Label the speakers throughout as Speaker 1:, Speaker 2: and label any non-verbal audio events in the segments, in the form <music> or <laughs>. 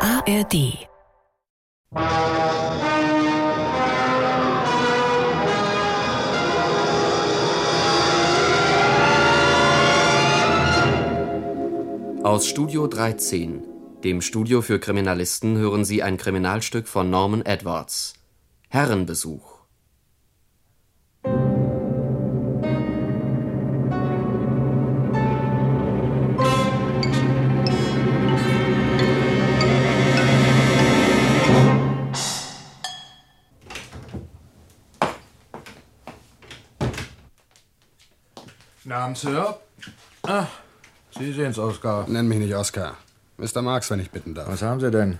Speaker 1: ARD.
Speaker 2: Aus Studio 13, dem Studio für Kriminalisten, hören Sie ein Kriminalstück von Norman Edwards. Herrenbesuch.
Speaker 3: Namen, Sir. Ah, Sie sehen's, Oskar.
Speaker 4: Nenn mich nicht Oscar. Mr. Marx, wenn ich bitten darf.
Speaker 3: Was haben Sie denn?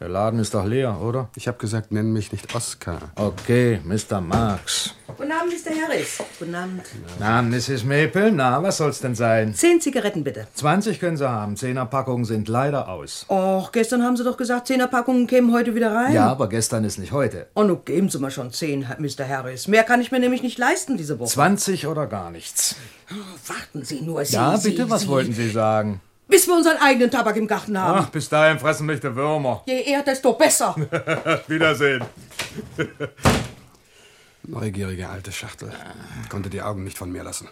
Speaker 3: Der Laden ist doch leer, oder?
Speaker 4: Ich habe gesagt, nenn mich nicht Oscar.
Speaker 3: Okay, Mr. Marx.
Speaker 5: Guten Abend, Mr. Harris. Guten Abend.
Speaker 3: Na, Mrs. Maple, na, was soll's denn sein?
Speaker 5: Zehn Zigaretten bitte.
Speaker 3: 20 können Sie haben. Zehnerpackungen sind leider aus.
Speaker 5: Och, gestern haben Sie doch gesagt, Zehnerpackungen kämen heute wieder rein.
Speaker 3: Ja, aber gestern ist nicht heute.
Speaker 5: Oh, nun geben Sie mal schon zehn, Mr. Harris. Mehr kann ich mir nämlich nicht leisten diese Woche. Oh,
Speaker 3: 20 oder gar nichts.
Speaker 5: Warten Sie nur, Sie,
Speaker 3: Ja,
Speaker 5: Sie,
Speaker 3: bitte, was
Speaker 5: Sie.
Speaker 3: wollten Ah. Sie sagen?
Speaker 5: Bis wir unseren eigenen Tabak im Garten haben.
Speaker 3: Ach, bis dahin fressen mich die Würmer. <laughs>
Speaker 5: Je eher,
Speaker 6: <laughs>
Speaker 5: desto besser.
Speaker 3: Wiedersehen. <laughs>
Speaker 4: Neugierige alte Schachtel. Konnte die Augen nicht von mir lassen.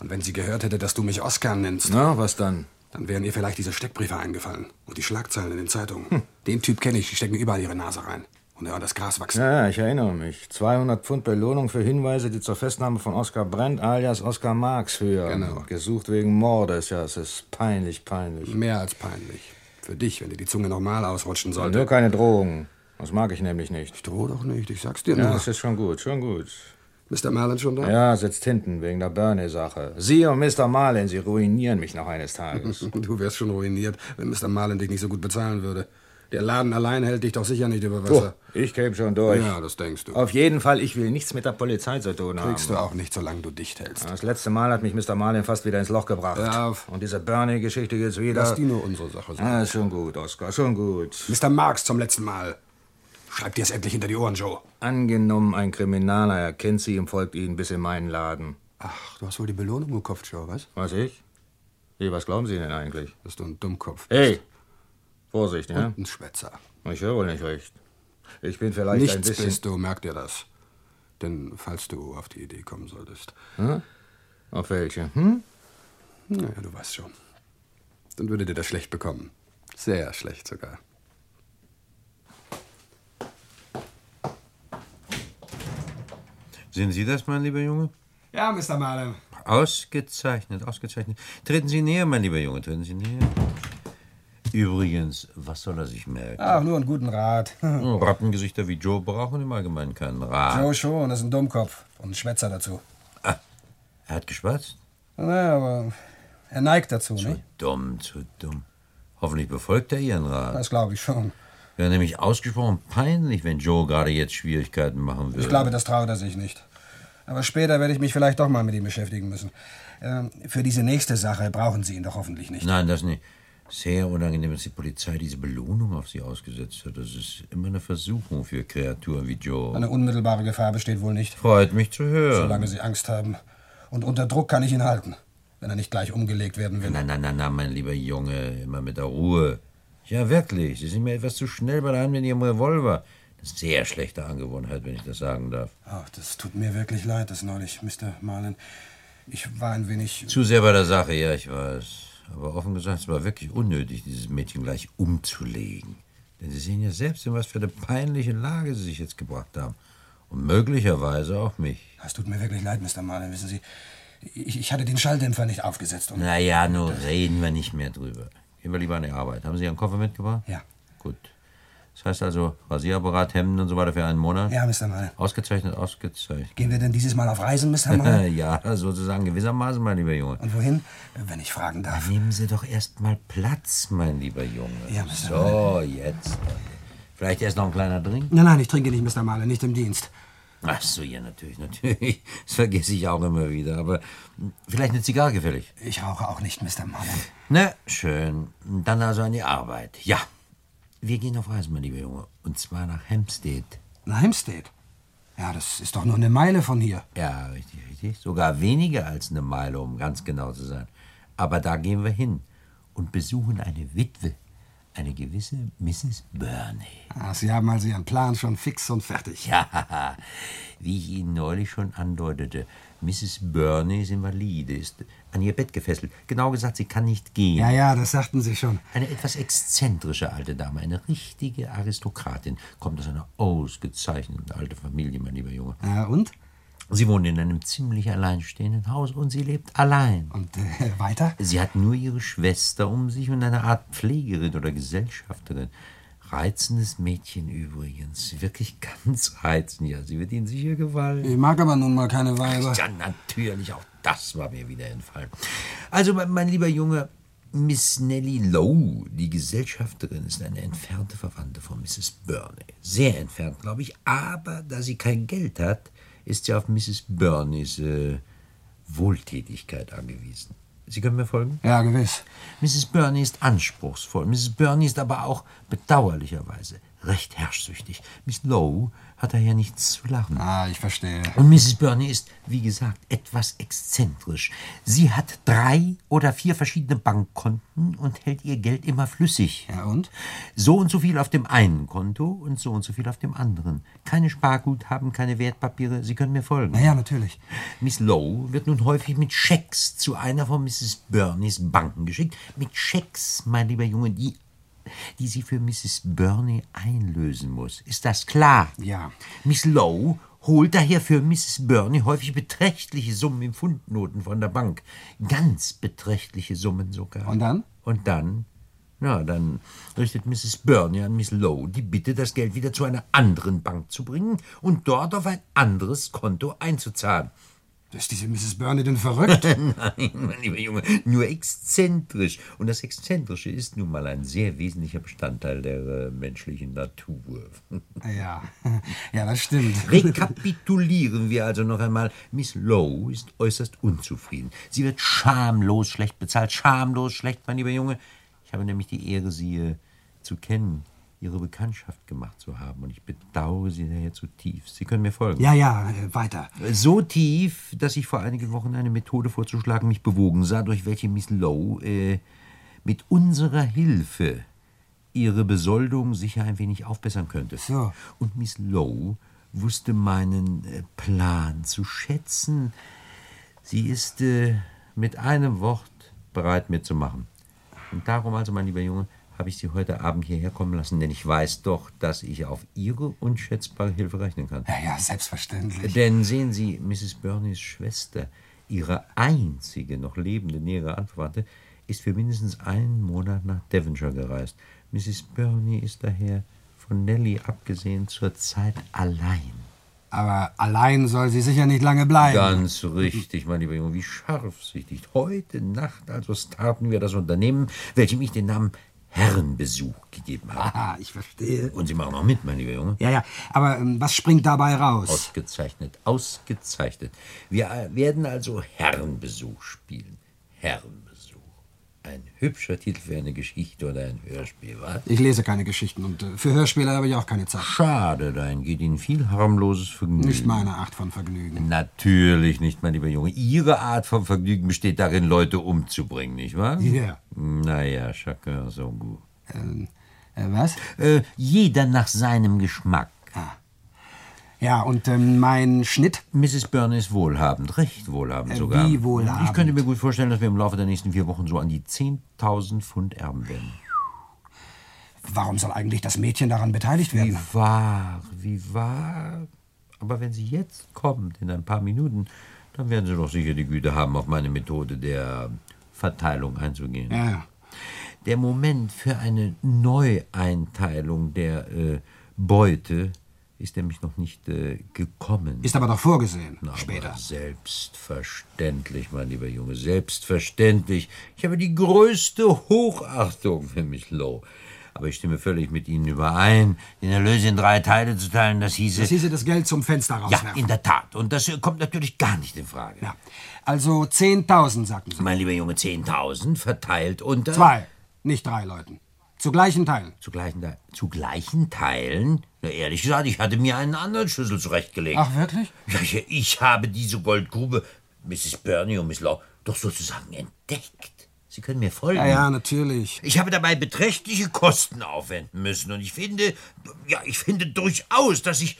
Speaker 4: Und wenn sie gehört hätte, dass du mich Oscar nennst,
Speaker 3: Na, was dann?
Speaker 4: dann wären ihr vielleicht diese Steckbriefe eingefallen. Und die Schlagzeilen in den Zeitungen.
Speaker 3: Hm.
Speaker 4: Den Typ kenne ich, die stecken überall ihre Nase rein. Und hören das Gras wachsen.
Speaker 3: Ja, ja, ich erinnere mich. 200 Pfund Belohnung für Hinweise, die zur Festnahme von Oskar Brent alias Oskar Marx führen.
Speaker 4: Genau.
Speaker 3: Gesucht wegen Mordes. Ja, es ist peinlich, peinlich.
Speaker 4: Mehr als peinlich. Für dich, wenn dir die Zunge normal ausrutschen
Speaker 3: Und
Speaker 4: sollte.
Speaker 3: nur keine Drogen. Das mag ich nämlich nicht.
Speaker 4: Ich drohe doch nicht, ich sag's dir
Speaker 3: Ja,
Speaker 4: nur.
Speaker 3: das ist schon gut, schon gut.
Speaker 4: Mr. Merlin schon da?
Speaker 3: Ja, sitzt hinten wegen der Bernie-Sache. Sie und Mr. Marlin, Sie ruinieren mich noch eines Tages.
Speaker 4: <laughs> Du wärst schon ruiniert, wenn Mr. Marlin dich nicht so gut bezahlen würde. Der Laden allein hält dich doch sicher nicht über
Speaker 3: Puh,
Speaker 4: Wasser.
Speaker 3: ich käme schon durch.
Speaker 4: Ja, das denkst du.
Speaker 3: Auf jeden Fall, ich will nichts mit der Polizei zu tun haben.
Speaker 4: Kriegst du auch nicht, solange du dicht hältst.
Speaker 3: Das letzte Mal hat mich Mr. Marlin fast wieder ins Loch gebracht.
Speaker 4: Hör auf.
Speaker 3: Und diese Bernie-Geschichte jetzt wieder.
Speaker 4: Lass die nur unsere Sache sein.
Speaker 3: Oh. Ah, schon gut, Oskar, schon gut.
Speaker 4: Mr. Marx zum letzten Mal. Schreib dir es endlich hinter die Ohren, Joe.
Speaker 3: Angenommen, ein Kriminaler erkennt Sie und folgt Ihnen bis in meinen Laden.
Speaker 4: Ach, du hast wohl die Belohnung gekopft, Joe, was?
Speaker 3: Was ich? Wie, was glauben Sie denn eigentlich?
Speaker 4: Dass du ein Dummkopf
Speaker 3: Hey! Vorsicht, ja?
Speaker 4: bist. Ein Schwätzer.
Speaker 3: Ich höre wohl nicht recht. Ich bin vielleicht ein
Speaker 4: Nichts
Speaker 3: bisschen...
Speaker 4: bist du, merk dir das. Denn falls du auf die Idee kommen solltest.
Speaker 3: hm? Auf welche? Hm?
Speaker 4: Naja, du weißt schon. Dann würde dir das schlecht bekommen. Sehr schlecht sogar.
Speaker 7: Sind Sie das, mein lieber Junge?
Speaker 4: Ja, Mr. Marlin.
Speaker 7: Ausgezeichnet, ausgezeichnet. Treten Sie näher, mein lieber Junge, treten Sie näher. Übrigens, was soll er sich merken? Hm,
Speaker 4: Ach, nur einen guten Rat. <laughs>
Speaker 7: Rattengesichter wie Joe brauchen im Allgemeinen keinen Rat.
Speaker 4: Joe schon, das ist ein Dummkopf. Und ein Schwätzer dazu.
Speaker 7: Er hat geschwatzt.
Speaker 4: Naja, aber er neigt dazu,
Speaker 7: Zu
Speaker 4: ne?
Speaker 7: dumm, zu dumm. Hoffentlich befolgt er Ihren Rat.
Speaker 4: Das glaube ich schon.
Speaker 7: Wäre nämlich ausgesprochen peinlich, wenn Joe gerade jetzt Schwierigkeiten machen würde.
Speaker 4: Ich glaube, das traut er sich nicht. Aber später werde ich mich vielleicht doch mal mit ihm beschäftigen müssen. Ähm, für diese nächste Sache brauchen Sie ihn doch hoffentlich nicht.
Speaker 7: Nein, das nicht. Sehr unangenehm, dass die Polizei diese Belohnung auf sie ausgesetzt hat. Das ist immer eine Versuchung für Kreaturen wie Joe.
Speaker 4: Eine unmittelbare Gefahr besteht wohl nicht,
Speaker 7: Freut mich zu hören.
Speaker 4: solange Sie Angst haben. Und unter Druck kann ich ihn halten, wenn er nicht gleich umgelegt werden will.
Speaker 7: Nein, nein, nein, nein, mein lieber Junge, immer mit der Ruhe. Ja, wirklich, Sie sind mir etwas zu schnell bei der Hand mit Ihrem Revolver. Das ist eine sehr schlechte Angewohnheit, wenn ich das sagen darf.
Speaker 4: Ach, das tut mir wirklich leid, das neulich, Mr. Marlin. Ich war ein wenig...
Speaker 7: Zu sehr bei der Sache, ja, ich weiß. Aber offen gesagt, es war wirklich unnötig, dieses Mädchen gleich umzulegen. Denn Sie sehen ja selbst, in was für eine peinliche Lage Sie sich jetzt gebracht haben. Und möglicherweise auch mich.
Speaker 4: Es tut mir wirklich leid, Mr. Marlin, wissen Sie. Ich, ich hatte den Schalldämpfer nicht aufgesetzt und...
Speaker 7: Naja, nun reden wir nicht mehr drüber. Gehen wir lieber an die Arbeit. Haben Sie Ihren Koffer mitgebracht?
Speaker 4: Ja.
Speaker 7: Gut. Das heißt also, Rasierapparat, Hemden und so weiter für einen Monat?
Speaker 4: Ja, Mr. Marlin.
Speaker 7: Ausgezeichnet,
Speaker 4: <laughs>
Speaker 7: ausgezeichnet.
Speaker 4: Gehen wir denn dieses Mal auf
Speaker 7: <laughs>
Speaker 4: Reisen, Mr. Marlin?
Speaker 7: Ja, sozusagen gewissermaßen, mein lieber Junge.
Speaker 4: Und wohin, wenn ich fragen darf?
Speaker 7: Nehmen Sie doch erst mal Platz, mein lieber Junge.
Speaker 4: Ja, Mr.
Speaker 7: so, jetzt. Vielleicht erst noch ein kleiner Drink?
Speaker 4: Nein, nein, ich trinke nicht, Mr. Marlin, nicht im Dienst.
Speaker 7: Ach so, ja, natürlich, natürlich. <laughs> Das vergesse ich auch immer wieder. Aber vielleicht eine Zigarre gefällig.
Speaker 4: Ich rauche auch nicht, Mr. Marlin.
Speaker 7: Na, schön. Dann also an die Arbeit. Ja. Wir gehen auf Reisen, mein lieber Junge. Und zwar nach Hempstead.
Speaker 4: Na, Hempstead? Ja, das ist doch nur eine Meile von hier.
Speaker 7: Ja, richtig, richtig. Sogar weniger als eine Meile, um ganz genau zu sein. Aber da gehen wir hin und besuchen eine Witwe. Eine gewisse Mrs. Burney.
Speaker 4: Ah, Sie haben also Ihren Plan schon fix und fertig.
Speaker 7: Ja, <laughs> wie ich Ihnen neulich schon andeutete, Mrs. Burney ist invalide, ist an ihr Bett gefesselt. Genau gesagt, sie kann nicht gehen.
Speaker 4: Ja, ja, das sagten Sie schon.
Speaker 7: Eine etwas exzentrische alte Dame, eine richtige Aristokratin, kommt aus einer ausgezeichneten alten Familie, mein lieber Junge.
Speaker 4: Ja, und?
Speaker 7: Sie wohnt in einem ziemlich alleinstehenden Haus und sie lebt allein.
Speaker 4: Und äh, weiter?
Speaker 7: Sie hat nur ihre Schwester um sich und eine Art Pflegerin oder Gesellschafterin. Reizendes Mädchen übrigens. Wirklich <laughs> ganz reizend, ja. Sie wird Ihnen sicher gefallen.
Speaker 4: Ich mag aber nun mal keine Weiber.
Speaker 7: Ja, natürlich, auch das war mir wieder entfallen. Also, mein, mein lieber Junge, Miss Nellie Lowe, die Gesellschafterin, ist eine entfernte Verwandte von Mrs. Burney. Sehr entfernt, glaube ich. Aber da sie kein Geld hat, ist sie auf Mrs. Burneys äh, Wohltätigkeit angewiesen. Sie können mir folgen?
Speaker 4: Ja, gewiss.
Speaker 7: Mrs. Burney ist anspruchsvoll. Mrs. Burney ist aber auch bedauerlicherweise recht herrschsüchtig. Miss Lowe hat daher nichts zu lachen.
Speaker 4: Ah, ich verstehe.
Speaker 7: Und Mrs. Burney ist, wie gesagt, etwas exzentrisch. Sie hat drei oder vier verschiedene Bankkonten und hält ihr Geld immer flüssig.
Speaker 4: Ja, und?
Speaker 7: So und so viel auf dem einen Konto und so und so viel auf dem anderen. Keine Sparguthaben, keine Wertpapiere. Sie können mir folgen.
Speaker 4: Na ja, natürlich.
Speaker 7: Miss Lowe wird nun häufig mit Schecks zu einer von Mrs. Burneys Banken geschickt. Mit Schecks, mein lieber Junge, die, die sie für Mrs. Burney einlösen muss. Ist das klar?
Speaker 4: Ja.
Speaker 7: Miss Lowe holt daher für Mrs. Burney häufig beträchtliche Summen in Pfundnoten von der Bank. Ganz beträchtliche Summen sogar.
Speaker 4: Und dann?
Speaker 7: Und dann? Na, dann richtet Mrs. Burney an Miss Lowe die Bitte, das Geld wieder zu einer anderen Bank zu bringen und dort auf ein anderes Konto einzuzahlen.
Speaker 4: Ist diese Mrs. Burney denn
Speaker 7: <laughs>
Speaker 4: verrückt?
Speaker 7: Nein, mein lieber Junge, nur exzentrisch. Und das Exzentrische ist nun mal ein sehr wesentlicher Bestandteil der äh, menschlichen Natur.
Speaker 4: Ah, ja. <laughs> ja, das stimmt.
Speaker 7: <laughs> Rekapitulieren wir also noch einmal. Miss Lowe ist äußerst unzufrieden. Sie wird schamlos schlecht bezahlt. Schamlos schlecht, mein lieber Junge. Ich habe nämlich die Ehre, Sie äh, zu kennen, Ihre Bekanntschaft gemacht zu haben. Und ich bedauere Sie daher zutiefst. Sie können mir folgen.
Speaker 4: Ja, ja, äh, weiter.
Speaker 7: So tief, dass ich vor einigen Wochen eine Methode vorzuschlagen mich bewogen sah, durch welche Miss Lowe äh, mit unserer Hilfe ihre Besoldung sicher ein wenig aufbessern könnte.
Speaker 4: So.
Speaker 7: Und Miss Lowe wusste meinen äh, Plan zu schätzen. Sie ist äh, mit einem Wort bereit mitzumachen. Und darum also, mein lieber Junge, habe ich Sie heute Abend hierher kommen lassen, denn ich weiß doch, dass ich auf Ihre unschätzbare Hilfe rechnen kann.
Speaker 4: Ja, ja, selbstverständlich.
Speaker 7: Denn sehen Sie, Mrs. Burneys Schwester, ihre einzige noch lebende nähere Anverwandte, ist für mindestens einen Monat nach Devonshire gereist. Mrs. Burney ist daher von Nellie abgesehen zurzeit allein.
Speaker 4: Aber allein soll sie sicher nicht lange bleiben.
Speaker 7: Ganz richtig, mein lieber Junge, wie scharfsichtig. Heute Nacht also starten wir das Unternehmen, welchem ich den Namen Herrenbesuch gegeben habe.
Speaker 4: Ah, ich verstehe.
Speaker 7: Und Sie machen auch mit, mein lieber Junge.
Speaker 4: Ja, ja, aber ähm, was springt dabei raus?
Speaker 7: Ausgezeichnet, ausgezeichnet. Wir äh, werden also Herrenbesuch spielen. Herrenbesuch. Ein hübscher Titel für eine Geschichte oder ein Hörspiel, was?
Speaker 4: Ich lese keine Geschichten und äh, für Hörspiele habe ich auch keine Zeit.
Speaker 7: Schade, dahin geht Ihnen viel harmloses Vergnügen.
Speaker 4: Nicht meine Art von Vergnügen.
Speaker 7: Natürlich nicht, mein lieber Junge. Ihre Art von Vergnügen besteht darin, Leute umzubringen, nicht wahr?
Speaker 4: Ja.
Speaker 7: Naja, chacun son goût.
Speaker 4: Ähm, äh, was?
Speaker 7: Äh, jeder nach seinem Geschmack.
Speaker 4: Ah. Ja, und ähm, mein Schnitt?
Speaker 7: Mrs. Byrne ist wohlhabend, recht wohlhabend
Speaker 4: Äh,
Speaker 7: sogar.
Speaker 4: wie wohlhabend?
Speaker 7: Ich könnte mir gut vorstellen, dass wir im Laufe der nächsten vier Wochen so an die 10.000 Pfund erben werden.
Speaker 4: Warum soll eigentlich das Mädchen daran beteiligt
Speaker 7: Wie
Speaker 4: werden?
Speaker 7: wahr, wie wahr. Aber wenn sie jetzt kommt, in ein paar Minuten, dann werden sie doch sicher die Güte haben, auf meine Methode der Verteilung einzugehen.
Speaker 4: Ja, ja.
Speaker 7: Der Moment für eine Neueinteilung der äh, Beute ist nämlich noch nicht äh, gekommen.
Speaker 4: Ist aber doch vorgesehen.
Speaker 7: Aber
Speaker 4: Später.
Speaker 7: Selbstverständlich, mein lieber Junge, selbstverständlich. Ich habe die größte Hochachtung für Miss Lowe. Aber ich stimme völlig mit Ihnen überein. Den Erlös in drei Teile zu teilen, das hieße.
Speaker 4: Das hieße das Geld zum Fenster
Speaker 7: äh, ja,
Speaker 4: rauswerfen.
Speaker 7: in der Tat. Und das äh, kommt natürlich gar nicht in Frage.
Speaker 4: ja. Also 10.000, sagten Sie.
Speaker 7: Mein lieber Junge, 10.000 verteilt unter.
Speaker 4: Zwei, nicht drei Leuten. Zu gleichen Teilen.
Speaker 7: Zu gleichen, Te- zu gleichen Teilen? Na, ehrlich gesagt, ich hatte mir einen anderen Schlüssel zurechtgelegt.
Speaker 4: Ach, wirklich?
Speaker 7: Ja, ja, ich habe diese Goldgrube, Mrs. Burney und Miss Law, doch sozusagen entdeckt. Sie können mir folgen.
Speaker 4: Ja, ja, natürlich.
Speaker 7: Ich habe dabei beträchtliche Kosten aufwenden müssen und ich finde, ja, ich finde durchaus, dass ich,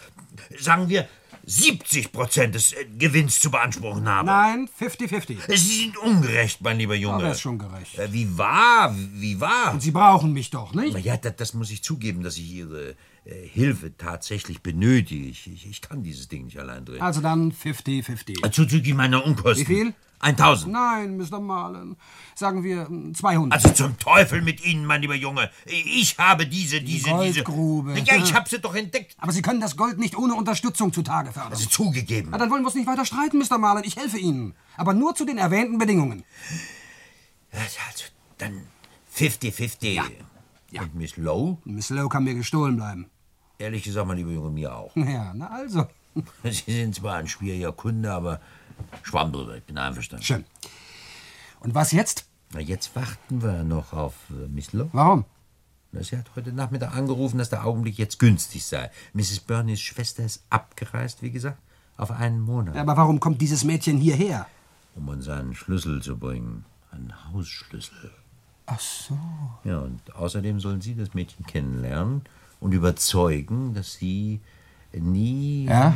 Speaker 7: sagen wir, 70 Prozent des äh, Gewinns zu beanspruchen habe.
Speaker 4: Nein, 50-50.
Speaker 7: Sie sind ungerecht, mein lieber Junge.
Speaker 4: Aber ist schon gerecht.
Speaker 7: Äh, Wie wahr, wie wahr.
Speaker 4: Und Sie brauchen mich doch,
Speaker 7: Na
Speaker 4: nicht?
Speaker 7: ja, das, das muss ich zugeben, dass ich Ihre äh, Hilfe tatsächlich benötige. Ich, ich, ich kann dieses Ding nicht allein drehen. Äh,
Speaker 4: Also dann 50-50.
Speaker 7: Zuzüglich meiner Unkosten.
Speaker 4: Wie viel?
Speaker 7: 1000.
Speaker 4: Nein, Mr. Malen. Sagen wir mm, 200.
Speaker 7: Also zum Teufel mit Ihnen, mein lieber Junge. Ich habe diese, diese, diese.
Speaker 4: Goldgrube.
Speaker 7: Ja, ich habe sie doch entdeckt.
Speaker 4: Aber Sie können das Gold nicht ohne Unterstützung zutage fördern.
Speaker 7: Also zugegeben.
Speaker 4: Na, dann wollen wir uns nicht weiter streiten, Mr. Marlin. Ich helfe Ihnen. Aber nur zu den erwähnten Bedingungen.
Speaker 7: Also, also, dann 50-50. Ja.
Speaker 4: Ja.
Speaker 7: Und Miss Lowe?
Speaker 4: Miss Lowe kann mir gestohlen bleiben.
Speaker 7: Ehrlich gesagt, mein lieber Junge, mir auch.
Speaker 4: <laughs> Ja, na also.
Speaker 7: <laughs> Sie sind zwar ein schwieriger Kunde, aber schwamm drüber. Ich bin einverstanden.
Speaker 4: Schön. Und was jetzt?
Speaker 7: Na, jetzt warten wir noch auf äh, Miss Lowe.
Speaker 4: Warum?
Speaker 7: Na, Sie hat heute Nachmittag angerufen, dass der Augenblick jetzt günstig sei. Mrs. Burneys Schwester ist abgereist, wie gesagt, auf einen Monat.
Speaker 4: Ja, Aber warum kommt dieses Mädchen hierher?
Speaker 7: um uns einen Schlüssel zu bringen. Einen Hausschlüssel.
Speaker 4: Ach so.
Speaker 7: Ja, und außerdem sollen Sie das Mädchen kennenlernen und überzeugen, dass sie nie.
Speaker 4: Ja?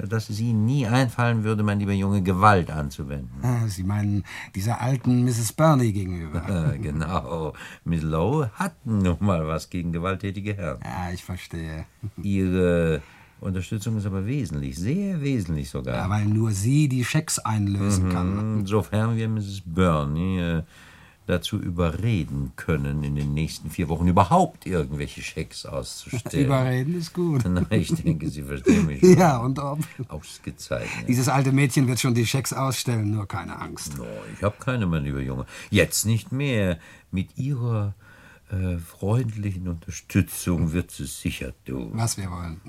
Speaker 7: äh, Dass es Ihnen nie einfallen würde, mein lieber Junge, Gewalt anzuwenden.
Speaker 4: Ah, Sie meinen dieser alten Mrs. Burney gegenüber.
Speaker 7: Äh, genau. Miss Lowe hat nun mal was gegen gewalttätige Herren.
Speaker 4: Ja, ich verstehe.
Speaker 7: Ihre Unterstützung ist aber wesentlich, sehr wesentlich sogar.
Speaker 4: Ja, weil nur sie die Schecks
Speaker 7: Mhm.
Speaker 4: einlösen kann. ne?
Speaker 7: Sofern wir Mrs. Burney äh, dazu überreden können, in den nächsten vier Wochen überhaupt irgendwelche
Speaker 4: <laughs>
Speaker 7: Schecks auszustellen.
Speaker 4: Überreden ist gut.
Speaker 7: Na, <laughs> ich denke, Sie verstehen mich. schon.
Speaker 4: Ja, und ob.
Speaker 7: Ausgezeichnet.
Speaker 4: Dieses alte Mädchen wird schon die Schecks ausstellen, nur keine Angst.
Speaker 7: No, ich habe keine, mein lieber Junge. Jetzt nicht mehr. Mit Ihrer äh, freundlichen Unterstützung wird sie sicher tun.
Speaker 4: Was wir wollen.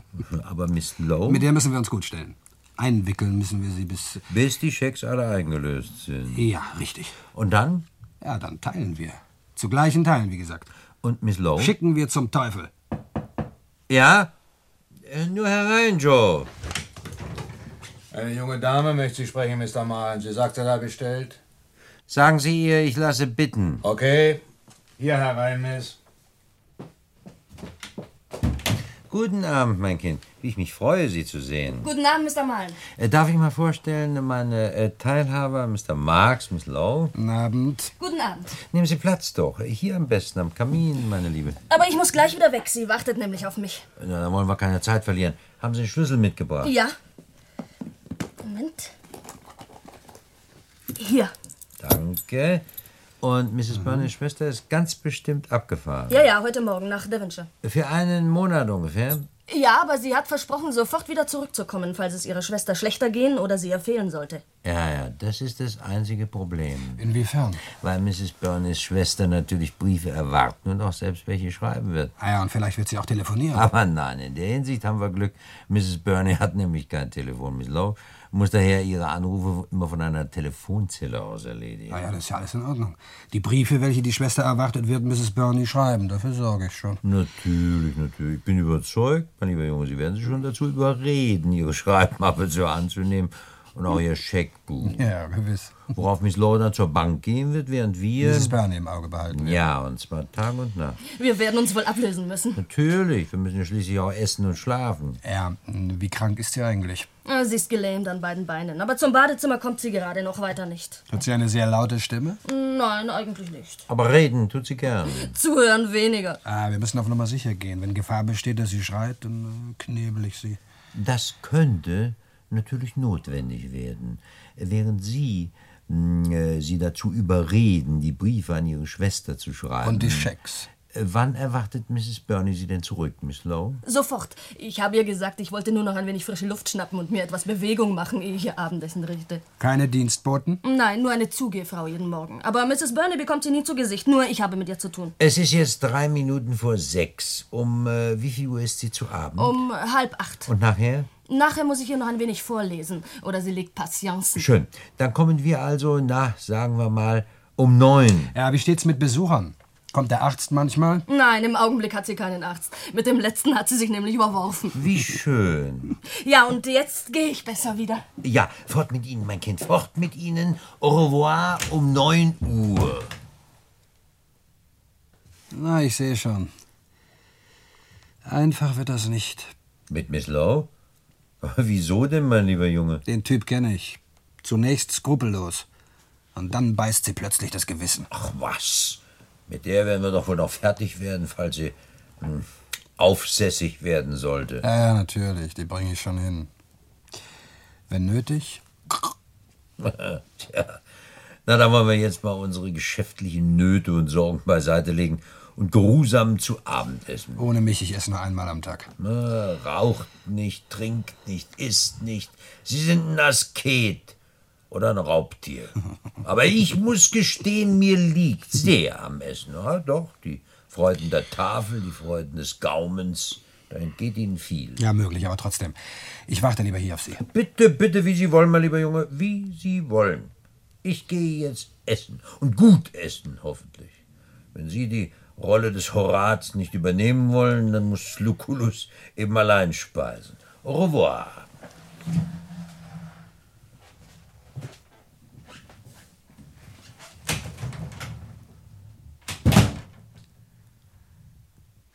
Speaker 7: Aber Miss Lowe,
Speaker 4: Mit der müssen wir uns gut stellen. Einwickeln müssen wir sie bis.
Speaker 7: bis die Schecks alle eingelöst sind.
Speaker 4: Ja, richtig.
Speaker 7: Und dann?
Speaker 4: Ja, dann teilen wir. Zu gleichen Teilen, wie gesagt.
Speaker 7: Und Miss Lowe?
Speaker 4: Schicken wir zum Teufel.
Speaker 7: Ja? Äh, nur herein, Joe.
Speaker 3: Eine junge Dame möchte Sie sprechen, Mr. Malen. Sie sagte, da bestellt.
Speaker 7: Sagen Sie ihr, ich lasse bitten.
Speaker 3: Okay. Hier herein, Miss.
Speaker 7: Guten Abend, mein Kind. Wie ich mich freue, Sie zu sehen.
Speaker 1: Guten Abend, Mr. Malen.
Speaker 7: Äh, darf ich mal vorstellen, meine äh, Teilhaber, Mr. Marx, Miss Lowe?
Speaker 4: Guten Abend.
Speaker 1: Guten Abend.
Speaker 7: Nehmen Sie Platz doch. Hier am besten, am Kamin, meine Liebe.
Speaker 1: Aber ich muss gleich wieder weg. Sie wartet nämlich auf mich.
Speaker 7: Na, da wollen wir keine Zeit verlieren. Haben Sie den Schlüssel mitgebracht?
Speaker 1: Ja. Moment. Hier.
Speaker 7: Danke. Und
Speaker 4: Mhm.
Speaker 7: Mrs. Burnys Schwester ist ganz bestimmt abgefahren.
Speaker 1: Ja, ja, heute Morgen nach Devonshire.
Speaker 7: Für einen Monat ungefähr.
Speaker 1: Ja, aber sie hat versprochen, sofort wieder zurückzukommen, falls es ihrer Schwester schlechter gehen oder sie ihr fehlen sollte.
Speaker 7: Ja, ja, das ist das einzige Problem.
Speaker 4: Inwiefern?
Speaker 7: Weil Mrs. Burnys Schwester natürlich Briefe erwarten und auch selbst welche schreiben wird.
Speaker 4: Ah ja, und vielleicht wird sie auch telefonieren.
Speaker 7: Aber nein, in der Hinsicht haben wir Glück. Mrs. Burney hat nämlich kein Telefon. Miss Lowe muss daher ihre Anrufe immer von einer Telefonzelle aus erledigen.
Speaker 4: Ah ja, das ist ja alles in Ordnung. Die Briefe, welche die Schwester erwartet, wird Mrs. Burney schreiben. Dafür sorge ich schon.
Speaker 7: Natürlich, natürlich. Ich bin überzeugt, mein lieber Junge, Sie werden sich schon dazu überreden, Ihre <laughs> Schreibmappe so anzunehmen und auch Ihr Scheckbuch.
Speaker 4: <laughs> Ja, gewiss.
Speaker 7: Worauf Miss Lowe dann zur Bank gehen wird, während wir...
Speaker 4: Mrs. Burney im Auge behalten.
Speaker 7: Ja, und zwar Tag und Nacht.
Speaker 1: Wir werden uns wohl ablösen
Speaker 7: Hm.
Speaker 1: müssen.
Speaker 7: Natürlich, wir müssen ja schließlich auch essen und schlafen.
Speaker 4: Ja, wie krank ist sie eigentlich?
Speaker 1: Ah, Sie ist gelähmt an beiden Beinen, aber zum Badezimmer kommt sie gerade noch weiter nicht.
Speaker 4: Hat sie eine sehr laute Stimme?
Speaker 1: Nein, eigentlich nicht.
Speaker 7: Aber reden tut sie gern.
Speaker 1: Zuhören weniger.
Speaker 4: Ah, wir müssen auf Nummer sicher gehen. Wenn Gefahr besteht, dass sie schreit, dann äh, knebel ich sie.
Speaker 7: Das könnte natürlich notwendig werden. Während Sie mh, äh, sie dazu überreden, die Briefe an Ihre Schwester zu schreiben.
Speaker 4: Und die Schecks.
Speaker 7: Äh, Wann erwartet Mrs. Burney Sie denn zurück, Miss Lowe?
Speaker 1: Sofort. Ich habe ihr gesagt, ich wollte nur noch ein wenig frische Luft schnappen und mir etwas Bewegung machen, ehe ich ihr Abendessen richte.
Speaker 4: Keine Dienstboten?
Speaker 1: Nein, nur eine Zugehfrau jeden Morgen. Aber Mrs. Burney bekommt sie nie zu Gesicht, nur ich habe mit ihr zu tun.
Speaker 7: Es ist jetzt drei Minuten vor sechs. Um äh, wie viel Uhr ist sie zu Abend?
Speaker 1: Um äh, halb acht.
Speaker 7: Und nachher?
Speaker 1: Nachher muss ich ihr noch ein wenig vorlesen. Oder sie legt Patience.
Speaker 7: Schön. Dann kommen wir also nach, sagen wir mal, um neun.
Speaker 4: Ja, wie steht's mit Besuchern? Kommt der Arzt manchmal?
Speaker 1: Nein, im Augenblick hat sie keinen Arzt. Mit dem letzten hat sie sich nämlich überworfen.
Speaker 7: Wie schön.
Speaker 1: Ja, und jetzt gehe ich besser wieder.
Speaker 7: Ja, fort mit Ihnen, mein Kind, fort mit Ihnen. Au revoir um neun Uhr.
Speaker 4: Na, ich sehe schon. Einfach wird das nicht.
Speaker 7: Mit Miss Lowe? Aber <laughs> Wieso denn, mein lieber Junge?
Speaker 4: Den Typ kenne ich. Zunächst skrupellos. Und dann beißt sie plötzlich das Gewissen.
Speaker 7: Ach was, mit der werden wir doch wohl noch fertig werden, falls sie hm, aufsässig werden sollte.
Speaker 4: Ja, ja, natürlich, die bringe ich schon hin. Wenn nötig.
Speaker 7: <laughs> Tja, na dann wollen wir jetzt mal unsere geschäftlichen Nöte und Sorgen beiseite legen und geruhsam zu Abend essen.
Speaker 4: Ohne mich, ich esse nur einmal am Tag.
Speaker 7: Na, raucht nicht, trinkt nicht, isst nicht. Sie sind ein Asket oder ein Raubtier. Aber ich muss gestehen, mir liegt sehr am Essen. Ja, doch, die Freuden der Tafel, die Freuden des Gaumens, da entgeht Ihnen viel.
Speaker 4: Ja, möglich, aber trotzdem. Ich warte lieber hier auf Sie.
Speaker 7: Bitte, bitte, wie Sie wollen, mein lieber Junge, wie Sie wollen. Ich gehe jetzt essen und gut essen, hoffentlich. Wenn Sie die Rolle des Horaz nicht übernehmen wollen, dann muss Lucullus eben allein speisen. Au revoir.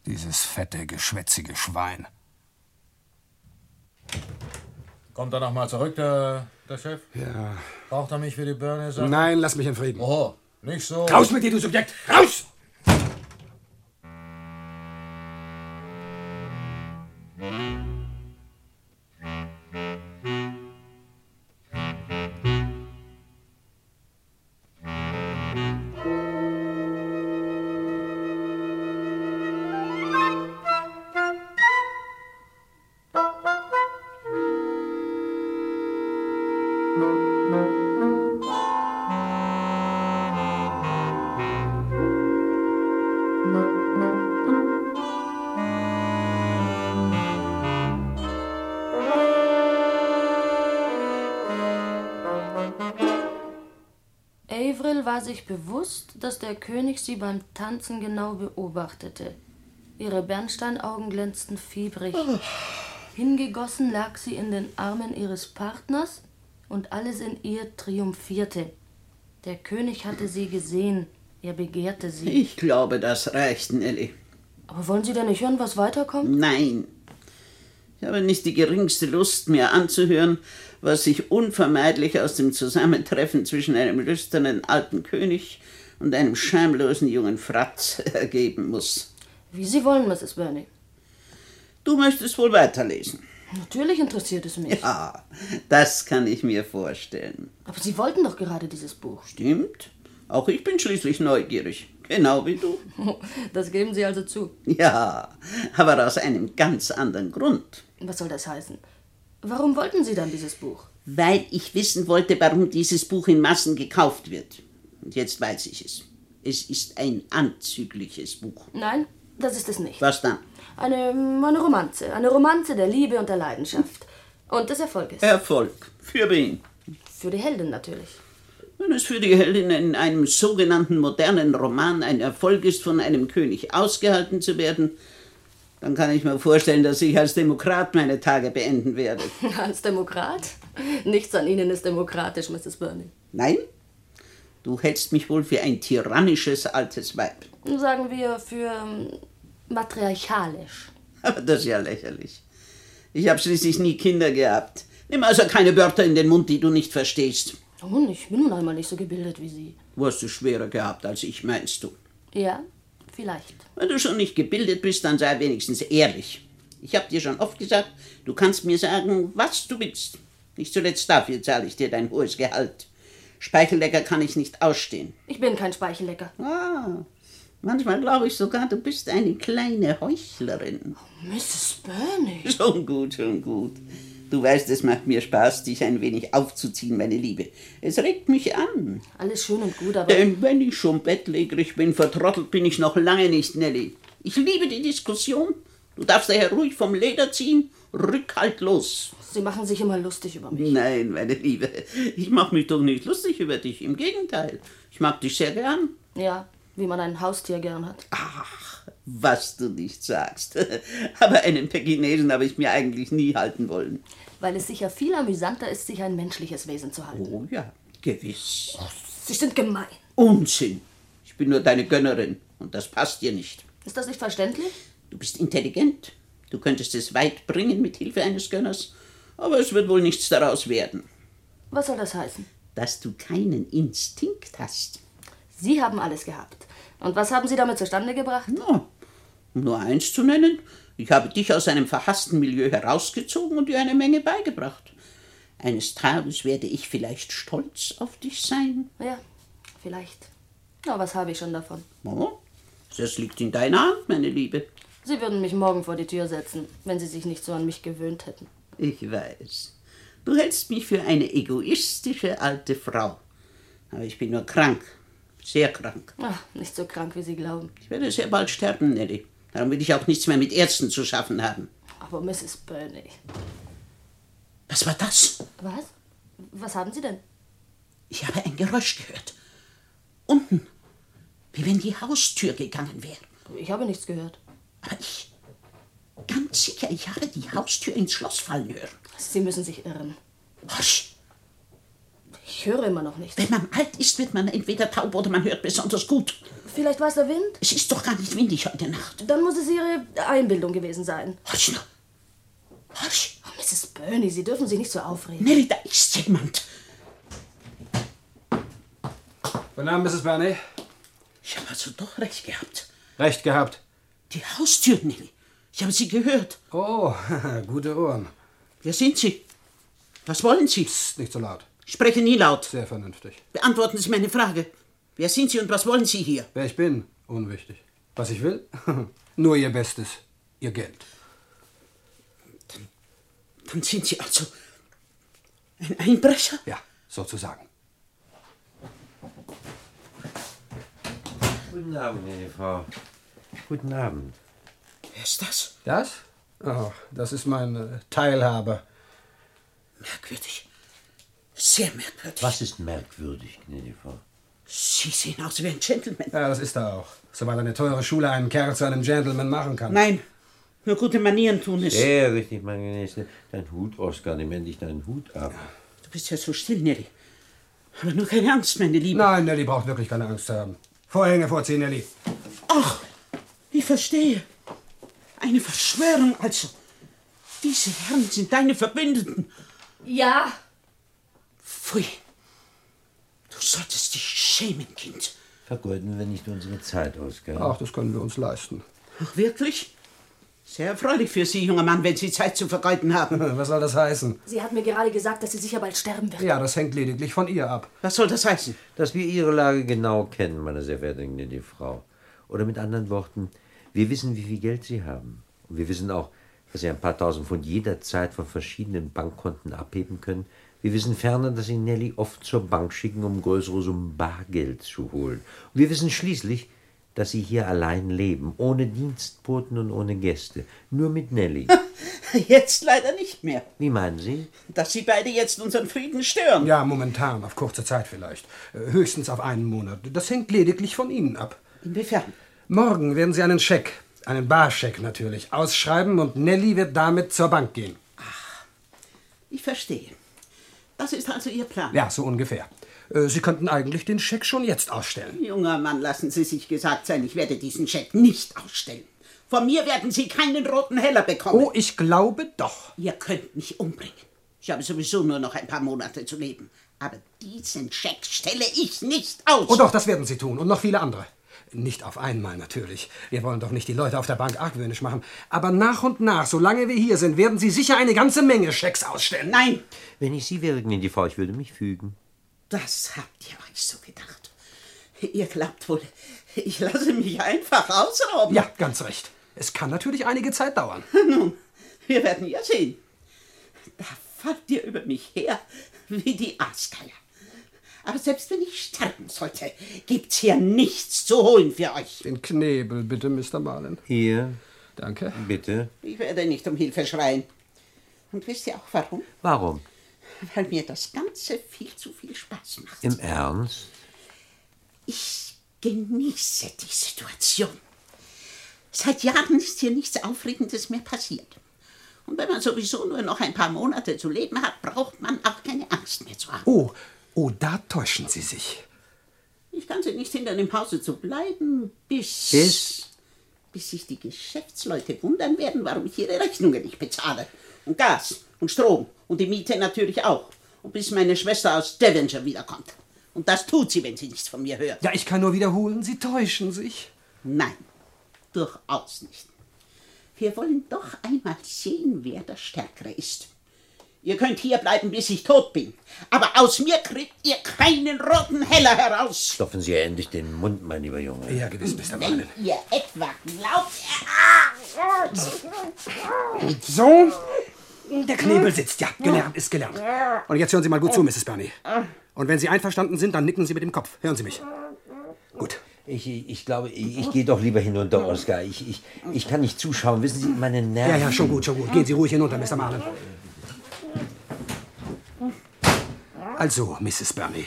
Speaker 4: Dieses fette, geschwätzige Schwein.
Speaker 3: Kommt er nochmal zurück, der, der Chef?
Speaker 8: Ja.
Speaker 3: Braucht er mich für die Birne? Ist er-
Speaker 8: Nein, lass mich in Frieden.
Speaker 3: Oh, nicht so.
Speaker 8: Raus mit dir, du Subjekt! Raus!
Speaker 1: Avril war sich bewusst, dass der König sie beim Tanzen genau beobachtete. Ihre Bernsteinaugen glänzten fiebrig. Hingegossen lag sie in den Armen ihres Partners und alles in ihr triumphierte. Der König hatte sie gesehen, er begehrte sie.
Speaker 9: Ich glaube, das reicht, Nelly.
Speaker 1: Aber wollen Sie denn nicht hören, was weiterkommt?
Speaker 9: Nein. Ich habe nicht die geringste Lust, mir anzuhören, was sich unvermeidlich aus dem Zusammentreffen zwischen einem lüsternen alten König und einem schamlosen jungen Fratz <laughs> ergeben muss.
Speaker 1: Wie Sie wollen, Mrs. Burney.
Speaker 9: Du möchtest wohl weiterlesen.
Speaker 1: Natürlich interessiert es mich.
Speaker 9: Ah, das kann ich mir vorstellen.
Speaker 1: Aber Sie wollten doch gerade dieses Buch.
Speaker 9: Stimmt? Auch ich bin schließlich neugierig. Genau wie du.
Speaker 1: <laughs> Das geben Sie also zu.
Speaker 9: Ja, aber aus einem ganz anderen Grund.
Speaker 1: Was soll das heißen? Warum wollten Sie dann dieses Buch?
Speaker 9: Weil ich wissen wollte, warum dieses Buch in Massen gekauft wird. Und jetzt weiß ich es. Es ist ein anzügliches Buch.
Speaker 1: Nein, das ist es nicht.
Speaker 9: Was dann?
Speaker 1: Eine, mm, eine Romanze. Eine Romanze der Liebe und der Leidenschaft. Und des Erfolges.
Speaker 9: Erfolg. Für wen?
Speaker 1: Für die Heldin natürlich. <laughs>
Speaker 9: Wenn es für die Heldin in einem sogenannten modernen Roman ein Erfolg ist, von einem König ausgehalten zu werden, dann kann ich mir vorstellen, dass ich als Demokrat meine Tage beenden werde.
Speaker 1: Als Demokrat? Nichts an Ihnen ist demokratisch, Mrs. Burney.
Speaker 9: Nein? Du hältst mich wohl für ein tyrannisches altes Weib.
Speaker 1: Sagen wir für ähm, matriarchalisch.
Speaker 9: Aber das ist ja lächerlich. Ich habe schließlich nie Kinder gehabt. Nimm also keine Wörter in den Mund, die du nicht verstehst.
Speaker 1: Nun, ich bin nun einmal nicht so gebildet wie Sie.
Speaker 9: Du hast es schwerer gehabt als ich, meinst du?
Speaker 1: Ja, vielleicht.
Speaker 9: Wenn du schon nicht gebildet bist, dann sei wenigstens ehrlich. Ich habe dir schon oft gesagt, du kannst mir sagen, was du willst. Nicht zuletzt dafür zahle ich dir dein hohes Gehalt. Speichellecker kann ich nicht ausstehen.
Speaker 1: Ich bin kein Speichellecker.
Speaker 9: Ah, manchmal glaube ich sogar, du bist eine kleine Heuchlerin.
Speaker 1: Oh, Mrs. Burney?
Speaker 9: <laughs> Schon gut, schon gut. Du weißt, es macht mir Spaß, dich ein wenig aufzuziehen, meine Liebe. Es regt mich an.
Speaker 1: Alles schön und gut, aber
Speaker 9: Denn wenn ich schon bettlägerig bin, vertrottelt bin ich noch lange nicht, Nelly. Ich liebe die Diskussion. Du darfst daher ruhig vom Leder ziehen, rückhaltlos.
Speaker 1: Sie machen sich immer lustig über mich.
Speaker 9: Nein, meine Liebe, ich mache mich doch nicht lustig über dich. Im Gegenteil, ich mag dich sehr gern. Ah.
Speaker 1: Ja, wie man ein Haustier gern hat.
Speaker 9: Was du nicht sagst. <laughs> Aber einen Pekinesen habe ich mir eigentlich nie halten wollen.
Speaker 1: Weil es sicher viel amüsanter ist, sich ein menschliches Wesen zu halten.
Speaker 9: Oh ja, gewiss.
Speaker 1: Sie sind gemein.
Speaker 9: Unsinn. Ich bin nur deine Gönnerin und und das passt dir nicht.
Speaker 10: Ist das nicht verständlich?
Speaker 9: Du bist intelligent. Du könntest es weit bringen mit Hilfe eines Gönners, aber es wird wohl nichts daraus werden.
Speaker 10: Was soll das heißen?
Speaker 9: Dass du keinen Instinkt hast.
Speaker 10: Sie haben alles gehabt. Und was haben Sie damit zustande gebracht?
Speaker 9: Ja, um nur eins zu nennen, ich habe dich aus einem verhassten Milieu herausgezogen und dir eine Menge beigebracht. Eines Tages werde ich vielleicht stolz auf dich sein.
Speaker 10: Ja, vielleicht. Na, was habe ich schon davon?
Speaker 9: Oh, das liegt in deiner Hand, meine Liebe.
Speaker 10: Sie würden mich morgen vor die Tür setzen, wenn Sie sich nicht so an mich gewöhnt hätten.
Speaker 9: Ich weiß. Du hältst mich für eine egoistische alte Frau. Aber ich bin nur krank. Sehr krank.
Speaker 10: Ach, nicht so krank, wie Sie glauben.
Speaker 9: Ich werde sehr bald sterben, Nelly. Darum will ich auch nichts mehr mit Ärzten zu schaffen haben.
Speaker 10: Aber Mrs. Burney.
Speaker 9: Was war das?
Speaker 10: Was? Was haben Sie denn?
Speaker 9: Ich habe ein Geräusch gehört. Unten. Wie wenn die Haustür gegangen wäre.
Speaker 10: Ich habe nichts gehört.
Speaker 9: Aber ich. Ganz sicher, ich habe die Haustür ins Schloss fallen hören.
Speaker 10: Sie müssen sich irren.
Speaker 9: Husch!
Speaker 10: Ich höre immer noch nichts.
Speaker 9: Wenn man alt ist, wird man entweder taub oder man hört besonders gut.
Speaker 10: Vielleicht war es der Wind?
Speaker 9: Es ist doch gar nicht windig heute Nacht.
Speaker 10: Dann muss es Ihre Einbildung gewesen sein.
Speaker 9: Husch nur! Husch!
Speaker 10: Oh, Mrs. Burney, Sie dürfen sich nicht so aufregen.
Speaker 9: Nelly, da ist jemand!
Speaker 4: Guten Abend, Mrs. Burney.
Speaker 9: Ich habe also doch recht gehabt.
Speaker 4: Recht gehabt.
Speaker 9: Die Haustür, Nelly. Ich habe sie gehört.
Speaker 4: Oh, <laughs> gute Ohren.
Speaker 9: Wer sind Sie? Was wollen Sie?
Speaker 4: Ist nicht so laut.
Speaker 9: Sprechen nie laut.
Speaker 4: Sehr vernünftig.
Speaker 9: Beantworten Sie meine Frage. Wer sind Sie und was wollen Sie hier?
Speaker 4: Wer ich bin, unwichtig. Was ich will? <laughs> Nur ihr Bestes. Ihr Geld.
Speaker 9: Dann sind Sie also ein Einbrecher?
Speaker 4: Ja, sozusagen.
Speaker 7: Guten Abend, meine Frau. Guten Abend.
Speaker 9: Wer ist das?
Speaker 4: Das? Oh, das ist mein äh, Teilhaber.
Speaker 9: Merkwürdig. Sehr merkwürdig.
Speaker 7: Was ist merkwürdig, gnädige Frau?
Speaker 9: Sie sehen aus wie ein Gentleman.
Speaker 4: Ja, das ist er auch. Sobald eine teure Schule einen Kerl zu einem Gentleman machen kann.
Speaker 9: Nein, nur gute Manieren tun es.
Speaker 7: Sehr richtig, mein Gnädigste. Dein Hut, Oskar, nimm endlich deinen Hut ab.
Speaker 9: Du bist ja so still, Nelly. Aber nur keine Angst, meine Liebe.
Speaker 4: Nein, Nelly braucht wirklich keine Angst zu haben. Vorhänge vorziehen, Nelly.
Speaker 9: Ach, ich verstehe. Eine Verschwörung also. Diese Herren sind deine Verbündeten.
Speaker 1: Ja,
Speaker 9: Pfui. Du solltest dich schämen, Kind.
Speaker 7: Vergeuden wir nicht unsere Zeit, Oskar.
Speaker 4: Ach, das können wir uns leisten.
Speaker 9: Ach, wirklich? Sehr erfreulich für Sie, junger Mann, wenn Sie Zeit zu vergeuden haben.
Speaker 4: <laughs> Was soll das heißen?
Speaker 1: sie hat mir gerade gesagt, dass sie sicher bald sterben wird.
Speaker 4: Ja, das hängt lediglich von ihr ab.
Speaker 9: Was soll das heißen?
Speaker 7: Dass wir Ihre Lage genau kennen, meine sehr verehrte gnädige Frau. Oder mit anderen Worten, wir wissen, wie viel Geld Sie haben. Und wir wissen auch, dass Sie ein paar tausend Pfund jederzeit von verschiedenen Bankkonten abheben können. Wir wissen ferner, dass Sie Nelly oft zur Bank schicken, um größere Summen Bargeld zu holen. Und wir wissen schließlich, dass Sie hier allein leben, ohne Dienstboten und ohne Gäste. Nur
Speaker 9: <laughs>
Speaker 7: mit Nelly.
Speaker 9: Jetzt leider nicht mehr.
Speaker 7: Wie meinen Sie?
Speaker 9: Dass Sie beide jetzt unseren Frieden stören.
Speaker 4: Ja, momentan, auf kurze Zeit vielleicht. Äh, Höchstens auf einen Monat. Das hängt lediglich von Ihnen ab.
Speaker 9: Inwiefern?
Speaker 4: Morgen werden Sie einen Scheck, einen Barscheck natürlich, ausschreiben und Nelly wird damit zur Bank gehen.
Speaker 9: Ich verstehe. Das ist also Ihr Plan.
Speaker 4: Ja, so ungefähr. Äh, Sie könnten eigentlich den Scheck schon jetzt ausstellen.
Speaker 9: Junger Mann, lassen Sie sich gesagt sein, ich werde diesen Scheck nicht ausstellen. Von mir werden Sie keinen roten Heller bekommen.
Speaker 4: Oh, ich glaube doch.
Speaker 9: Ihr könnt mich umbringen. Ich habe sowieso nur noch ein paar Monate zu leben. Aber diesen Scheck stelle ich nicht aus.
Speaker 4: Oh doch, das werden Sie tun und noch viele andere. Nicht auf einmal natürlich. Wir wollen doch nicht die Leute auf der Bank argwöhnisch machen. Aber nach und nach, solange wir hier sind, werden Sie sicher eine ganze Menge Schecks ausstellen.
Speaker 9: Nein,
Speaker 7: Wenn ich Sie wäre, gnädige Frau, ich würde mich fügen.
Speaker 9: das habt ihr euch so gedacht. Ihr glaubt wohl, ich lasse mich einfach ausrauben.
Speaker 4: Ja, ganz recht. Es kann natürlich einige Zeit dauern.
Speaker 9: <laughs> Nun, wir werden ja sehen. Da fallt ihr über mich her wie die Aasgeier. Aber selbst wenn ich sterben sollte, gibt's hier nichts zu holen für euch.
Speaker 4: Den Knebel bitte, Mr. Marlin.
Speaker 7: Hier,
Speaker 4: Danke.
Speaker 7: bitte.
Speaker 9: Ich werde nicht um Hilfe schreien. Und wisst ihr auch warum?
Speaker 7: Warum?
Speaker 9: Weil mir das Ganze viel zu viel Spaß macht.
Speaker 7: Im Ernst?
Speaker 9: Ich genieße die Situation. Seit Jahren ist hier nichts Aufregendes mehr passiert. Und wenn man sowieso nur noch ein paar Monate zu leben hat, braucht man auch keine Angst mehr zu haben.
Speaker 4: Oh, oh, da täuschen Sie sich.
Speaker 9: Ich kann sie nicht hindern, im Hause zu bleiben, bis.
Speaker 11: Bis?
Speaker 9: Bis sich die Geschäftsleute wundern werden, warum ich ihre Rechnungen nicht bezahle. Und Gas und Strom und die Miete natürlich auch. Und bis meine Schwester aus Devonshire wiederkommt. Und das tut sie, wenn sie nichts von mir hört.
Speaker 4: Ja, ich kann nur wiederholen, Sie täuschen sich.
Speaker 9: Nein, durchaus nicht. Wir wollen doch einmal sehen, wer der Stärkere ist. Ihr könnt hier bleiben, bis ich tot bin. Aber aus mir kriegt ihr keinen roten Heller heraus.
Speaker 7: Stopfen Sie endlich den Mund, mein lieber Junge. Ja, gewiss, Mr.
Speaker 9: Wenn ihr etwa glaubt...
Speaker 4: So,
Speaker 9: der
Speaker 4: Knebel sitzt, ja. Gelernt ist gelernt. Und jetzt hören Sie mal gut zu, Mrs. Bernie. Und wenn Sie einverstanden sind, dann nicken Sie mit dem Kopf. Hören Sie mich.
Speaker 7: Ich, ich ich glaube, ich, ich gehe doch lieber hinunter, Oskar. Ich, ich, ich kann nicht zuschauen. Wissen Sie, meine Nerven.
Speaker 4: Ja, ja, schon gut, schon gut. Gehen Sie ruhig hinunter, Mr. Marlin. Also, Mrs. Bernie,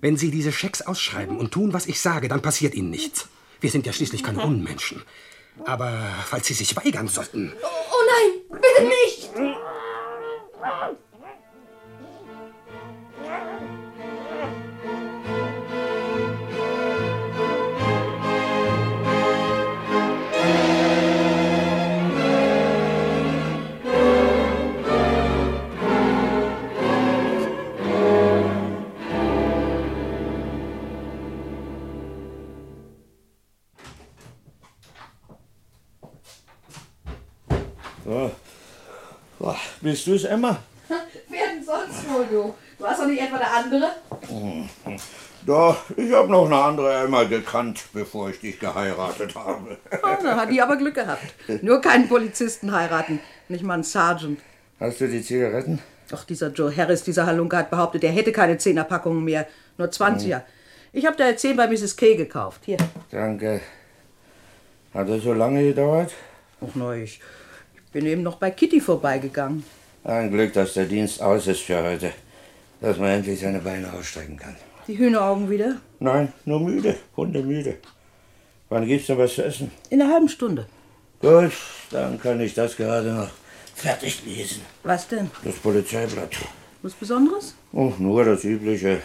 Speaker 4: wenn Sie diese Schecks ausschreiben und tun, was ich sage, dann passiert Ihnen nichts. Wir sind ja schließlich keine Unmenschen. Aber falls Sie sich weigern sollten.
Speaker 11: Oh nein, bitte nicht!
Speaker 12: Ja. Boah, bist du es, Emma?
Speaker 6: Wer denn sonst wohl, du? Du hast doch nicht etwa der andere?
Speaker 12: Doch, ich habe noch eine andere Emma gekannt, bevor ich dich geheiratet habe.
Speaker 5: Ah, da hat die aber Glück gehabt. Nur keinen Polizisten heiraten, nicht mal einen Sergeant.
Speaker 12: Hast du die Zigaretten?
Speaker 5: Doch dieser Joe Harris, dieser Halunke hat behauptet, er hätte keine Zehnerpackungen mehr, nur
Speaker 12: Hm.
Speaker 5: 20er. Ich habe da jetzt 10 bei Mrs. K. gekauft. Hier.
Speaker 12: Danke. Hat das so lange gedauert?
Speaker 5: Auch neu. Ich bin eben noch bei Kitty vorbeigegangen.
Speaker 12: Ein Glück, dass der Dienst aus ist für heute. Dass man endlich seine Beine ausstrecken kann.
Speaker 5: Die Hühneraugen wieder?
Speaker 12: Nein, nur müde, hundemüde. Wann gibt's denn was zu essen?
Speaker 5: In einer halben Stunde.
Speaker 12: Gut, dann kann ich das gerade noch fertig lesen.
Speaker 5: Was denn?
Speaker 12: Das Polizeiblatt.
Speaker 5: Was Besonderes?
Speaker 12: Oh, nur das Übliche.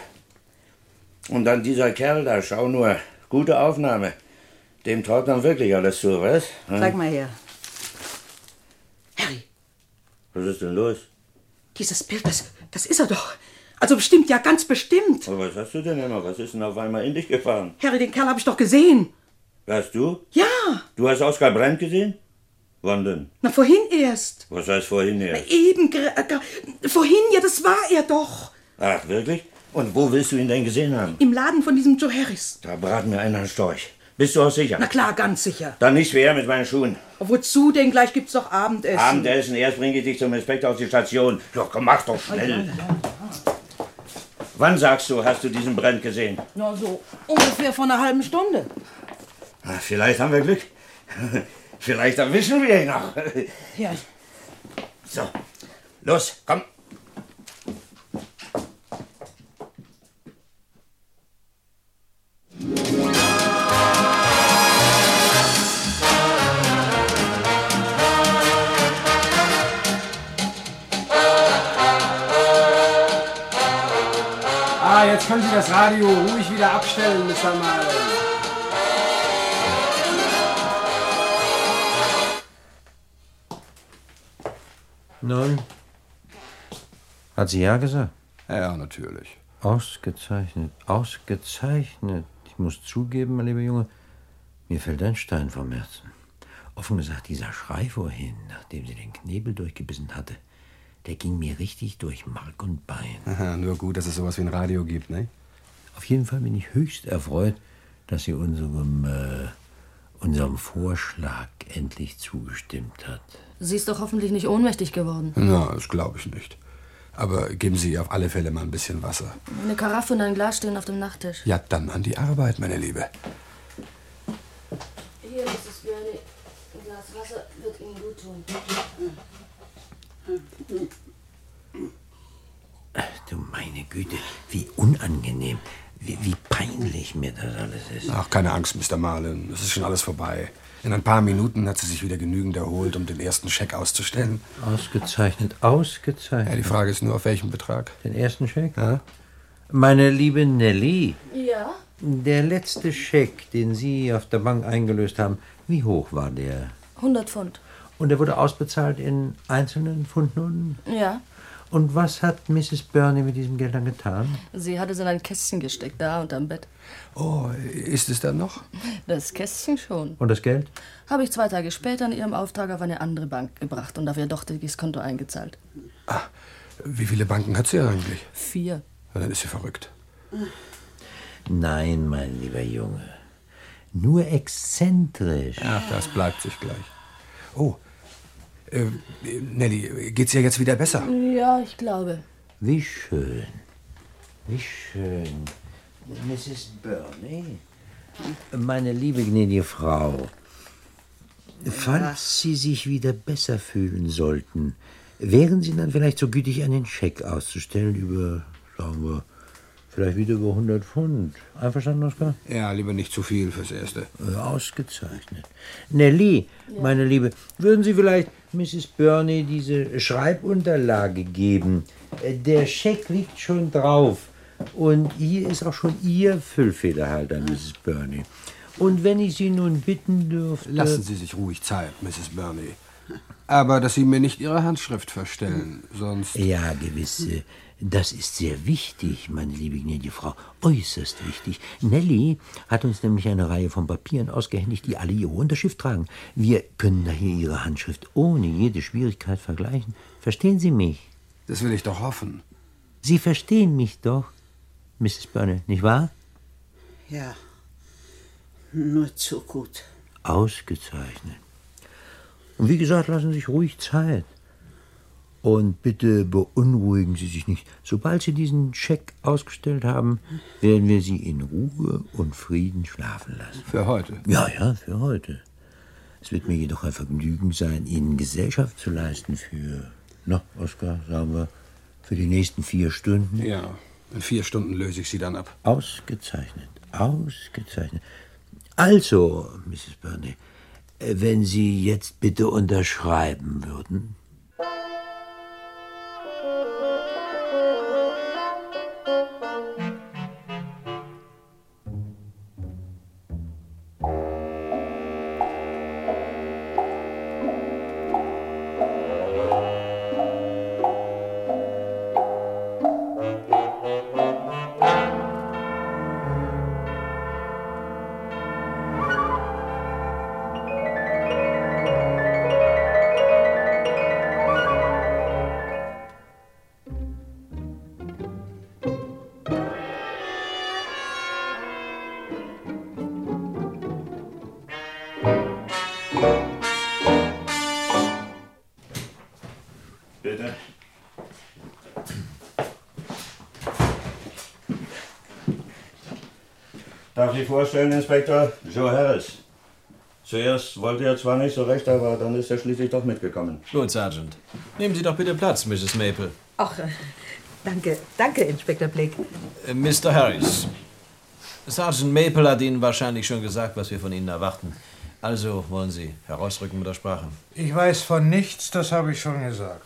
Speaker 12: Und dann dieser Kerl da, schau nur. Gute Aufnahme. Dem traut man wirklich alles zu, was? Hm?
Speaker 5: Zeig mal her.
Speaker 12: Was ist denn los?
Speaker 5: Dieses Bild, das, das ist er doch. Also bestimmt, ja, ganz bestimmt.
Speaker 12: Aber was hast du denn immer? Was ist denn auf einmal in dich gefahren?
Speaker 5: Harry, den Kerl habe ich doch gesehen.
Speaker 12: Warst du?
Speaker 5: Ja,
Speaker 12: Du hast Oskar Brandt gesehen? Wann denn?
Speaker 5: na vorhin erst.
Speaker 12: Was heißt vorhin her?
Speaker 5: Eben, gra- gra- vorhin, ja, das war er doch.
Speaker 12: Ach, wirklich? Und wo willst du ihn denn gesehen haben?
Speaker 5: Im Laden von diesem Joe Harris.
Speaker 12: Da brat mir einer einen Storch. Bist du auch sicher?
Speaker 5: Na klar, ganz sicher.
Speaker 12: Dann nicht schwer mit meinen Schuhen.
Speaker 5: Wozu denn? Gleich gibt's doch Abendessen.
Speaker 12: Abendessen, erst bringe ich dich zum Inspektor auf die Station. Doch, komm, mach doch schnell. Wann sagst du, hast du diesen Brand gesehen?
Speaker 5: Ja, so ungefähr vor einer halben Stunde.
Speaker 12: Ach, Ah, Vielleicht haben wir Glück. <laughs> Vielleicht erwischen wir ihn noch. <laughs>
Speaker 5: Ja.
Speaker 12: So, los, komm.
Speaker 4: Ah, jetzt können Sie das Radio ruhig wieder abstellen, Mr. Marlin.
Speaker 7: Nein. Hat sie ja gesagt?
Speaker 13: Ja, natürlich.
Speaker 7: Ausgezeichnet, ausgezeichnet. Ich muss zugeben, mein lieber Junge, mir fällt ein Stein vom Herzen. Offen gesagt, dieser Schrei vorhin, nachdem sie den Knebel durchgebissen hatte, der ging mir richtig durch Mark und Bein.
Speaker 14: Aha, nur gut, dass es sowas wie ein Radio gibt, ne?
Speaker 7: Auf jeden Fall bin ich höchst erfreut, dass sie unserem, äh, unserem Vorschlag endlich zugestimmt hat.
Speaker 1: Sie ist doch hoffentlich nicht ohnmächtig geworden.
Speaker 9: Hm.
Speaker 14: Na, das glaube ich nicht. Aber geben Sie ihr auf alle Fälle mal ein bisschen Wasser.
Speaker 1: Eine Karaffe und ein Glas stehen auf dem Nachttisch.
Speaker 14: Ja, dann an die Arbeit, meine Liebe.
Speaker 10: Hier, Mrs. Gurney. Ein Glas Wasser wird Ihnen gut tun.
Speaker 7: Du meine Güte, wie unangenehm, wie, wie peinlich mir das alles ist.
Speaker 14: Ach, keine Angst, Mr. Marlin. Es ist schon alles vorbei. In ein paar Minuten hat sie sich wieder genügend erholt, um den ersten Scheck auszustellen.
Speaker 7: Ausgezeichnet, ausgezeichnet.
Speaker 14: Ja, die Frage ist nur, auf welchen Betrag?
Speaker 7: Den ersten Scheck?
Speaker 14: Ja?
Speaker 7: Meine liebe Nelly,
Speaker 10: Ja?
Speaker 7: der letzte Scheck, den Sie auf der Bank eingelöst haben, wie hoch war der?
Speaker 10: 100 Pfund.
Speaker 7: Und er wurde ausbezahlt in einzelnen Pfundnoten?
Speaker 10: Ja.
Speaker 7: Und was hat Mrs. Burney mit diesem Geld dann getan?
Speaker 1: Sie hat es in ein Kästchen gesteckt, da unterm Bett.
Speaker 7: Oh, ist es dann noch?
Speaker 1: Das Kästchen schon.
Speaker 7: Und das Geld?
Speaker 1: Habe ich zwei Tage später in ihrem Auftrag auf eine andere Bank gebracht und auf ihr dochterliches Konto eingezahlt.
Speaker 14: Wie viele Banken hat sie eigentlich?
Speaker 1: Vier.
Speaker 14: Na, dann ist sie verrückt.
Speaker 7: Nein, mein lieber Junge. Nur exzentrisch.
Speaker 14: Ach, das bleibt sich gleich. Oh, äh, Nelly, geht's ihr jetzt wieder besser?
Speaker 1: Ja, ich glaube.
Speaker 7: Wie schön. Wie schön. Mrs. Burney? Meine liebe gnädige Frau, falls Sie sich wieder besser fühlen sollten, wären Sie dann vielleicht so gütig, einen Scheck auszustellen über, sagen wir, vielleicht wieder über 100 Pfund. Einverstanden, Oskar?
Speaker 14: Ja, lieber nicht zu viel fürs Erste.
Speaker 7: Ausgezeichnet. Nelly, meine Liebe, würden Sie vielleicht Mrs. Burney diese Schreibunterlage geben? Äh, Der Scheck liegt schon drauf. Und hier ist auch schon Ihr Füllfederhalter, Mrs. Burney. Und wenn ich Sie nun bitten dürfte.
Speaker 14: Lassen Sie sich ruhig Zeit, Mrs. Burney. Aber dass Sie mir nicht Ihre Handschrift verstellen, sonst...
Speaker 7: Ja, gewisse. Das ist sehr wichtig, meine liebe gnädige Frau. Äußerst wichtig. Nelly hat uns nämlich eine Reihe von Papieren ausgehändigt, die alle ihre Unterschrift tragen. Wir können daher ihre Handschrift ohne jede Schwierigkeit vergleichen. Verstehen Sie mich?
Speaker 14: Das will ich doch hoffen.
Speaker 7: Sie verstehen mich doch, Mrs. Burney, nicht wahr?
Speaker 9: Ja, nur zu gut.
Speaker 7: Ausgezeichnet. Und wie gesagt, lassen Sie sich ruhig Zeit. Und bitte beunruhigen Sie sich nicht. Sobald Sie diesen Scheck ausgestellt haben, werden wir Sie in Ruhe und Frieden schlafen lassen.
Speaker 14: Für heute?
Speaker 7: Ja, ja, für heute. Es wird mir jedoch ein Vergnügen sein, Ihnen Gesellschaft zu leisten für, na, Oskar, sagen wir, für die nächsten vier Stunden.
Speaker 14: Ja, in vier Stunden löse ich Sie dann ab.
Speaker 7: Ausgezeichnet, ausgezeichnet. Also, Mrs. Burney, äh, wenn Sie jetzt bitte unterschreiben würden.
Speaker 12: Bitte. Darf ich vorstellen, Inspektor? Joe Harris. Zuerst wollte er zwar nicht so recht, aber dann ist er schließlich doch mitgekommen.
Speaker 13: Gut, Sergeant. Nehmen Sie doch bitte Platz, Mrs. Maple.
Speaker 5: Ach, äh, danke, danke, Inspektor Blake.
Speaker 13: Äh, Mr. Harris. Sergeant Maple hat Ihnen wahrscheinlich schon gesagt, was wir von Ihnen erwarten. Also wollen Sie herausrücken mit der Sprache.
Speaker 3: Ich weiß von nichts, das habe ich schon gesagt.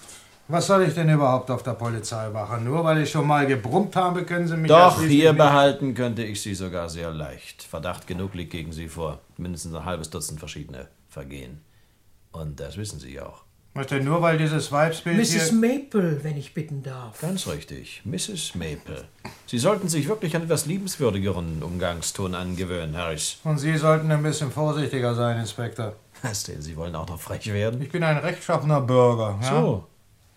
Speaker 3: Was soll ich denn überhaupt auf der Polizei machen? Nur weil ich schon mal gebrummt habe, können Sie mich
Speaker 13: Doch
Speaker 3: erschließen-
Speaker 13: hier behalten könnte ich Sie sogar sehr leicht. Verdacht genug liegt gegen Sie vor. Mindestens ein halbes Dutzend verschiedene Vergehen. Und das wissen Sie auch.
Speaker 3: Was denn nur weil dieses Weibsbild
Speaker 15: Mrs.
Speaker 3: hier...
Speaker 15: Maple, wenn ich bitten darf.
Speaker 13: Ganz richtig, Mrs. Maple. Sie sollten sich wirklich an etwas liebenswürdigeren Umgangston angewöhnen, Harris.
Speaker 3: Und Sie sollten ein bisschen vorsichtiger sein,
Speaker 13: <laughs>
Speaker 3: Inspektor.
Speaker 13: Was denn? Sie wollen auch noch frech werden?
Speaker 3: Ich bin ein rechtschaffener Bürger. Ja?
Speaker 13: So,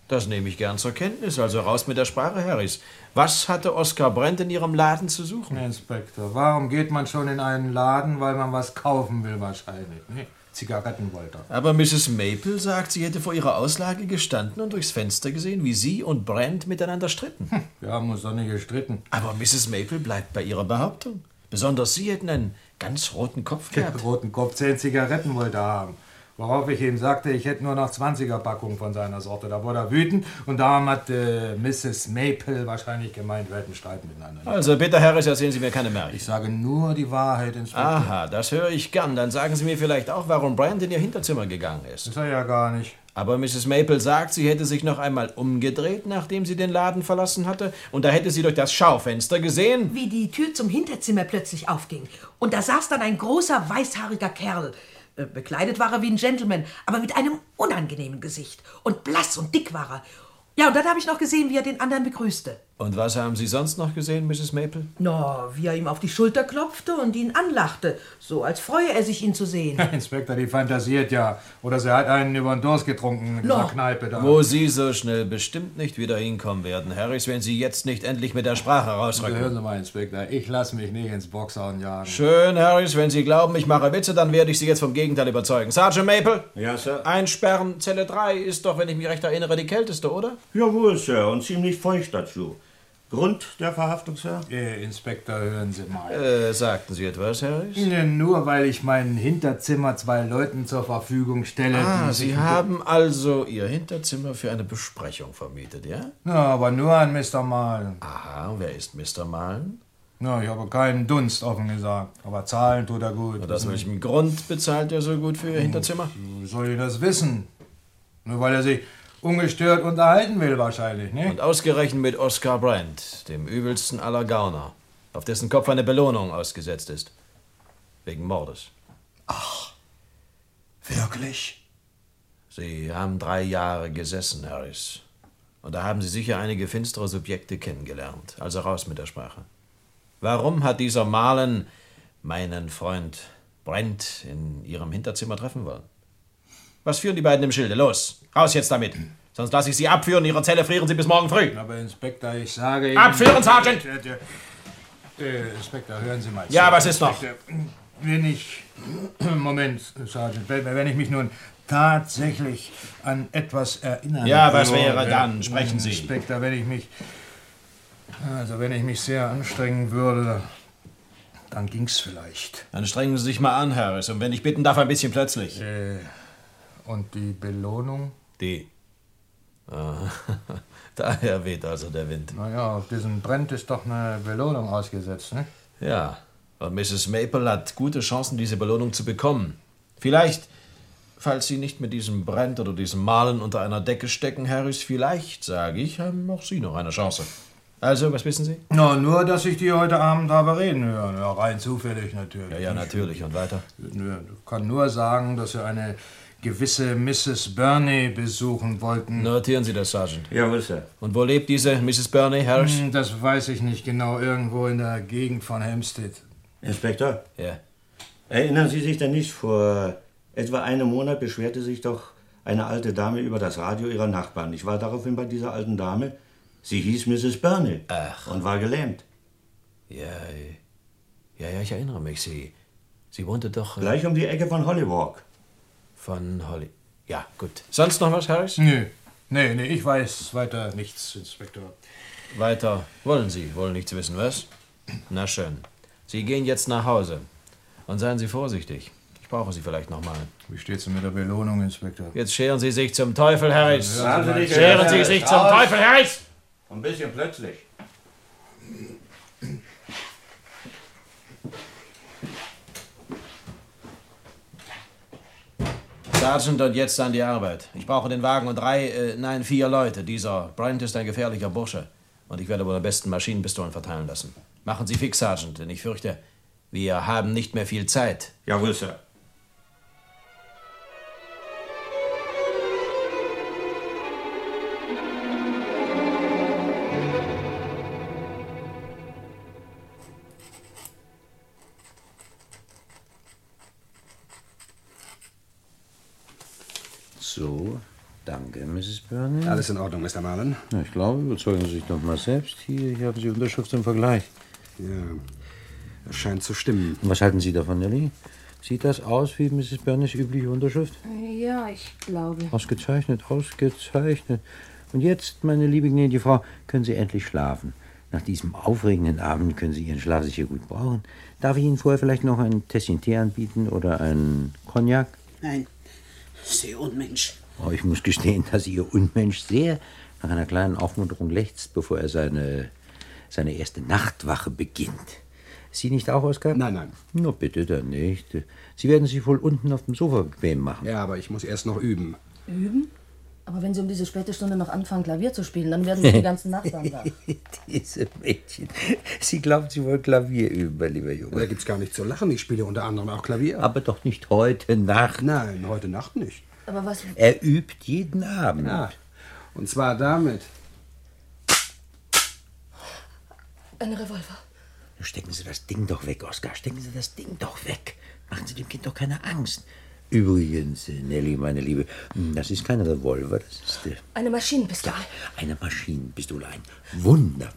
Speaker 13: das nehme ich gern zur Kenntnis. Also raus mit der Sprache, Harris. Was hatte Oskar Brent in Ihrem Laden zu suchen?
Speaker 3: Inspektor, warum geht man schon in einen Laden, weil man was kaufen will wahrscheinlich? Nee, Zigaretten wollte.
Speaker 13: Aber Mrs. Maple sagt, sie hätte vor ihrer Auslage gestanden und durchs Fenster gesehen, wie Sie und Brent miteinander stritten.
Speaker 3: Wir haben uns Hm, doch nicht gestritten.
Speaker 13: Aber Mrs. Maple bleibt bei ihrer Behauptung. Besonders Sie hätten einen ganz roten Kopf
Speaker 3: Ich
Speaker 13: gehabt.
Speaker 3: hab roten Kopf, zehn Zigaretten wollte er haben. Worauf ich ihm sagte, ich hätte nur noch 20er Packungen von seiner Sorte. Da wurde er wütend und darum hat äh, Mrs. Maple wahrscheinlich gemeint, wir hätten Streit miteinander.
Speaker 13: Also bitte, Harris, erzählen Sie mir keine Märchen. Ich
Speaker 3: sage nur die Wahrheit, Inspektor.
Speaker 13: Aha, das höre ich gern. Dann sagen Sie mir vielleicht auch, warum Brand in Ihr Hinterzimmer gegangen ist.
Speaker 3: Ist er ja gar nicht.
Speaker 13: Aber Mrs. Maple sagt, sie hätte sich noch einmal umgedreht, nachdem sie den Laden verlassen hatte, und da hätte sie durch das Schaufenster gesehen.
Speaker 15: Wie die Tür zum Hinterzimmer plötzlich aufging. Und da saß dann ein großer, weißhaariger Kerl. Äh, Bekleidet war er wie ein Gentleman, aber mit einem unangenehmen Gesicht. Und blass und dick war er. Ja, und dann habe ich noch gesehen, wie er den anderen begrüßte.
Speaker 13: Und was haben Sie sonst noch gesehen, Mrs. Maple?
Speaker 15: Na, wie er ihm auf die Schulter klopfte und ihn anlachte, so als freue er sich, ihn zu
Speaker 3: <laughs>
Speaker 15: sehen.
Speaker 3: Inspektor, die fantasiert ja. Oder sie hat einen über den Durst getrunken in dieser
Speaker 15: Noch.
Speaker 3: Kneipe da.
Speaker 13: Wo Sie so schnell bestimmt nicht wieder hinkommen werden, Harris, wenn Sie jetzt nicht endlich mit der Sprache
Speaker 3: Also
Speaker 13: rausrücken.
Speaker 3: hören Sie mal, Inspektor, ich lasse mich nicht ins Boxhorn jagen.
Speaker 13: Schön, Harris, wenn Sie glauben, ich mache Witze, dann werde ich Sie jetzt vom Gegenteil überzeugen. Sergeant Maple?
Speaker 12: Ja, Sir.
Speaker 13: Einsperren, Zelle 3 ist doch, wenn ich mich recht erinnere, die kälteste, oder?
Speaker 12: Jawohl, Sir, und ziemlich feucht dazu. Grund der Verhaftung, Sir?
Speaker 3: Äh, Inspektor, hören Sie mal.
Speaker 13: Äh, sagten Sie etwas, Harris?
Speaker 3: Ihnen nur, weil ich mein Hinterzimmer zwei Leuten zur Verfügung stelle.
Speaker 13: Ah,
Speaker 3: die sich
Speaker 13: Sie
Speaker 3: mit-
Speaker 13: haben also Ihr Hinterzimmer für eine Besprechung vermietet, ja?
Speaker 3: Ja, aber nur an Mr. Malen.
Speaker 13: Aha, wer ist Mr. Malen?
Speaker 3: Na, ich habe keinen Dunst, offen gesagt. Aber zahlen tut er gut. Hm,
Speaker 13: Und aus welchem Grund bezahlt er so gut für Ihr Hinterzimmer?
Speaker 3: Wie soll ich das wissen? Nur weil er sich ungestört unterhalten will wahrscheinlich, ne?
Speaker 13: Und ausgerechnet mit Oscar Brandt, dem übelsten aller Gauner, auf dessen Kopf eine Belohnung ausgesetzt ist. Wegen Mordes. Ach, wirklich? Sie haben drei Jahre gesessen, Harris. Und da haben Sie sicher einige finstere Subjekte kennengelernt. Also raus mit der Sprache. Warum hat dieser Malen meinen Freund Brandt in Ihrem Hinterzimmer treffen wollen? Was führen die beiden im Schilde? Los, raus jetzt damit. Sonst lasse ich Sie abführen. Ihre Zelle frieren Sie bis morgen früh.
Speaker 3: Aber Inspektor, ich sage Ihnen...
Speaker 13: Abführen, Sergeant!
Speaker 3: Äh, Inspektor, hören Sie mal. zu.
Speaker 13: Ja, was ist noch?
Speaker 3: äh, Wenn ich... <clears throat> Moment, Sergeant. Wenn, wenn ich mich nun tatsächlich an etwas erinnere...
Speaker 13: Ja, was wäre
Speaker 3: würde,
Speaker 13: dann? Sprechen Sie.
Speaker 3: Inspektor, wenn ich mich... Also, wenn ich mich sehr anstrengen würde, dann ging's vielleicht.
Speaker 13: Dann strengen Sie sich mal an, Harris. Und also, wenn ich bitten darf, ein bisschen plötzlich.
Speaker 3: Äh. Und die Belohnung?
Speaker 13: Die. Ah, <laughs> Daher weht also der Wind.
Speaker 3: Naja, auf diesen Brent ist doch eine Belohnung ausgesetzt, ne?
Speaker 13: Ja, und Mrs. Maple hat gute Chancen, diese Belohnung zu bekommen. Vielleicht, falls Sie nicht mit diesem Brand oder diesem Malen unter einer Decke stecken, Harris, vielleicht, sage ich, haben auch Sie noch eine Chance. Also, was wissen Sie?
Speaker 3: Na, nur, dass ich die heute Abend habe reden hören. Ja, rein zufällig natürlich.
Speaker 13: Ja, ja, natürlich. Und weiter?
Speaker 3: Ich kann nur sagen, dass wir eine gewisse Mrs. Burney besuchen wollten.
Speaker 13: Notieren Sie das, Sergeant.
Speaker 12: Jawohl, Sir.
Speaker 13: Und wo lebt diese Mrs. Burney, Harris?
Speaker 3: Hm, Das weiß ich nicht genau. Irgendwo in der Gegend von Hampstead.
Speaker 12: Inspektor?
Speaker 13: Ja.
Speaker 12: Erinnern Sie sich denn nicht, vor etwa einem Monat beschwerte sich doch eine alte Dame über das Radio ihrer Nachbarn. Ich war daraufhin bei dieser alten Dame. Sie hieß Mrs. Burney und war gelähmt.
Speaker 13: Ja, ja, ja, ich erinnere mich. Sie, sie wohnte doch. äh,
Speaker 12: Gleich um die Ecke von Hollywalk.
Speaker 13: Von Holly. Ja, gut. Sonst noch was, Harris?
Speaker 3: Nö. Nee, nee, ich weiß weiter nichts, Inspektor.
Speaker 13: Weiter wollen Sie wohl nichts wissen, was? Na schön. Sie gehen jetzt nach Hause. Und seien Sie vorsichtig. Ich brauche Sie vielleicht nochmal.
Speaker 3: Wie steht's denn mit der Belohnung, Inspektor?
Speaker 13: Jetzt scheren Sie sich zum Teufel, Harris.
Speaker 3: Hören Sie nicht,
Speaker 13: Scheren
Speaker 3: Herr
Speaker 13: Sie
Speaker 3: Harris.
Speaker 13: sich zum
Speaker 3: Raus.
Speaker 13: Teufel, Harris!
Speaker 12: Ein bisschen plötzlich.
Speaker 13: Sergeant, und jetzt an die Arbeit. Ich brauche den Wagen und drei, äh, nein, vier Leute. Dieser Bryant ist ein gefährlicher Bursche. Und ich werde wohl am besten Maschinenpistolen verteilen lassen. Machen Sie fix, Sergeant, denn ich fürchte, wir haben nicht mehr viel Zeit.
Speaker 12: Jawohl, Sir.
Speaker 7: So, danke, Mrs. Burney.
Speaker 4: Alles in Ordnung, Mr. Marlin?
Speaker 7: Na, ich glaube, überzeugen Sie sich doch mal selbst. Hier, hier haben Sie Unterschrift im Vergleich.
Speaker 4: Ja, das scheint zu stimmen.
Speaker 7: Und was halten Sie davon, Nelly? Sieht das aus wie Mrs. Burneys übliche Unterschrift?
Speaker 10: Ja, ich glaube.
Speaker 7: Ausgezeichnet, ausgezeichnet. Und jetzt, meine liebe gnädige Frau, können Sie endlich schlafen. Nach diesem aufregenden Abend können Sie Ihren Schlaf sicher gut brauchen. Darf ich Ihnen vorher vielleicht noch ein Tässchen Tee anbieten oder einen Cognac?
Speaker 9: Nein, Sie Unmensch.
Speaker 7: Oh, ich muss gestehen, <laughs> dass Ihr Unmensch sehr nach einer kleinen Aufmunterung lechzt, bevor er seine, seine erste Nachtwache beginnt. Sie nicht auch, Oskar? Nein,
Speaker 4: nein.
Speaker 7: Na, bitte dann nicht. Sie werden sich wohl unten auf dem Sofa bequem machen.
Speaker 4: Ja, aber ich muss erst noch üben.
Speaker 1: Üben? Aber wenn Sie um diese späte Stunde noch anfangen, Klavier zu spielen, dann werden Sie die ganzen Nachbarn
Speaker 4: <laughs>
Speaker 1: wach.
Speaker 7: <laughs> Diese Mädchen. Sie glaubt, sie wollen Klavier üben, mein lieber Junge.
Speaker 4: Da gibt's gar nichts zu lachen. Ich spiele unter anderem auch Klavier.
Speaker 7: Aber doch nicht heute Nacht.
Speaker 4: Nein, heute Nacht nicht.
Speaker 1: Aber was...
Speaker 4: Äh.
Speaker 7: Er übt jeden Abend.
Speaker 4: Ja. Und zwar damit.
Speaker 1: Ein Revolver.
Speaker 7: Stecken Sie das Ding doch weg, Oskar. Stecken Sie das Ding doch weg. Machen Sie dem Kind doch keine Angst. Übrigens, äh, Nelly, meine Liebe, hm, das ist kein Revolver, das ist äh,
Speaker 1: Eine Maschinenpistole.
Speaker 7: eine Maschinenpistole, ein wunderbares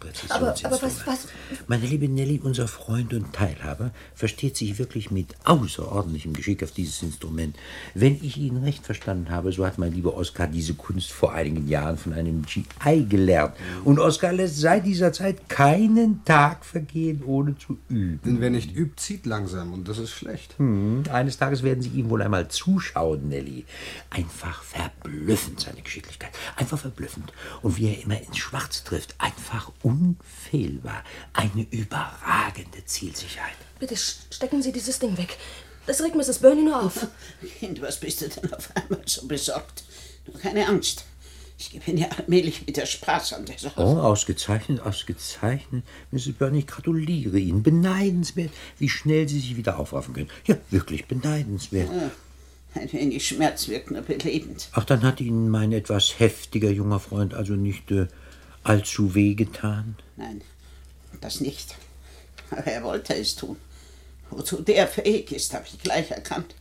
Speaker 1: aber,
Speaker 7: Präzisionsinstrument.
Speaker 1: aber was, was...
Speaker 7: Meine liebe Nelly, unser Freund und Teilhaber versteht sich wirklich mit außerordentlichem Geschick auf dieses Instrument. Wenn ich ihn recht verstanden habe, so hat mein lieber Oskar diese Kunst vor einigen Jahren von einem GI gelernt. Und Oskar lässt seit dieser Zeit keinen Tag vergehen, ohne zu üben.
Speaker 4: Denn wer nicht übt, zieht langsam und das ist schlecht.
Speaker 7: Hm, eines Tages werden Sie ihm wohl einmal zuschauen, Nelly. Einfach verblüffend seine Geschicklichkeit. Einfach verblüffend. Und wie er immer ins Schwarz trifft. Einfach unfehlbar. Eine überragende Zielsicherheit.
Speaker 1: Bitte sch- stecken Sie dieses Ding weg. Das regt Mrs. Burney nur auf.
Speaker 9: Kind, was bist du denn auf einmal so besorgt? Nur keine Angst. Ich gewinne allmählich wieder Spaß an der Sache.
Speaker 7: Oh, ausgezeichnet, ausgezeichnet. Mrs. Byrne, ich gratuliere Ihnen. Beneidenswert, wie schnell Sie sich wieder aufraffen können. Ja, wirklich beneidenswert.
Speaker 9: Ah, Ein wenig Schmerz wirkt nur belebend.
Speaker 7: Ach, dann hat Ihnen mein etwas heftiger junger Freund also nicht äh, allzu weh getan.
Speaker 9: Nein, das nicht. Aber er wollte es tun. Wozu der fähig ist, habe ich gleich erkannt.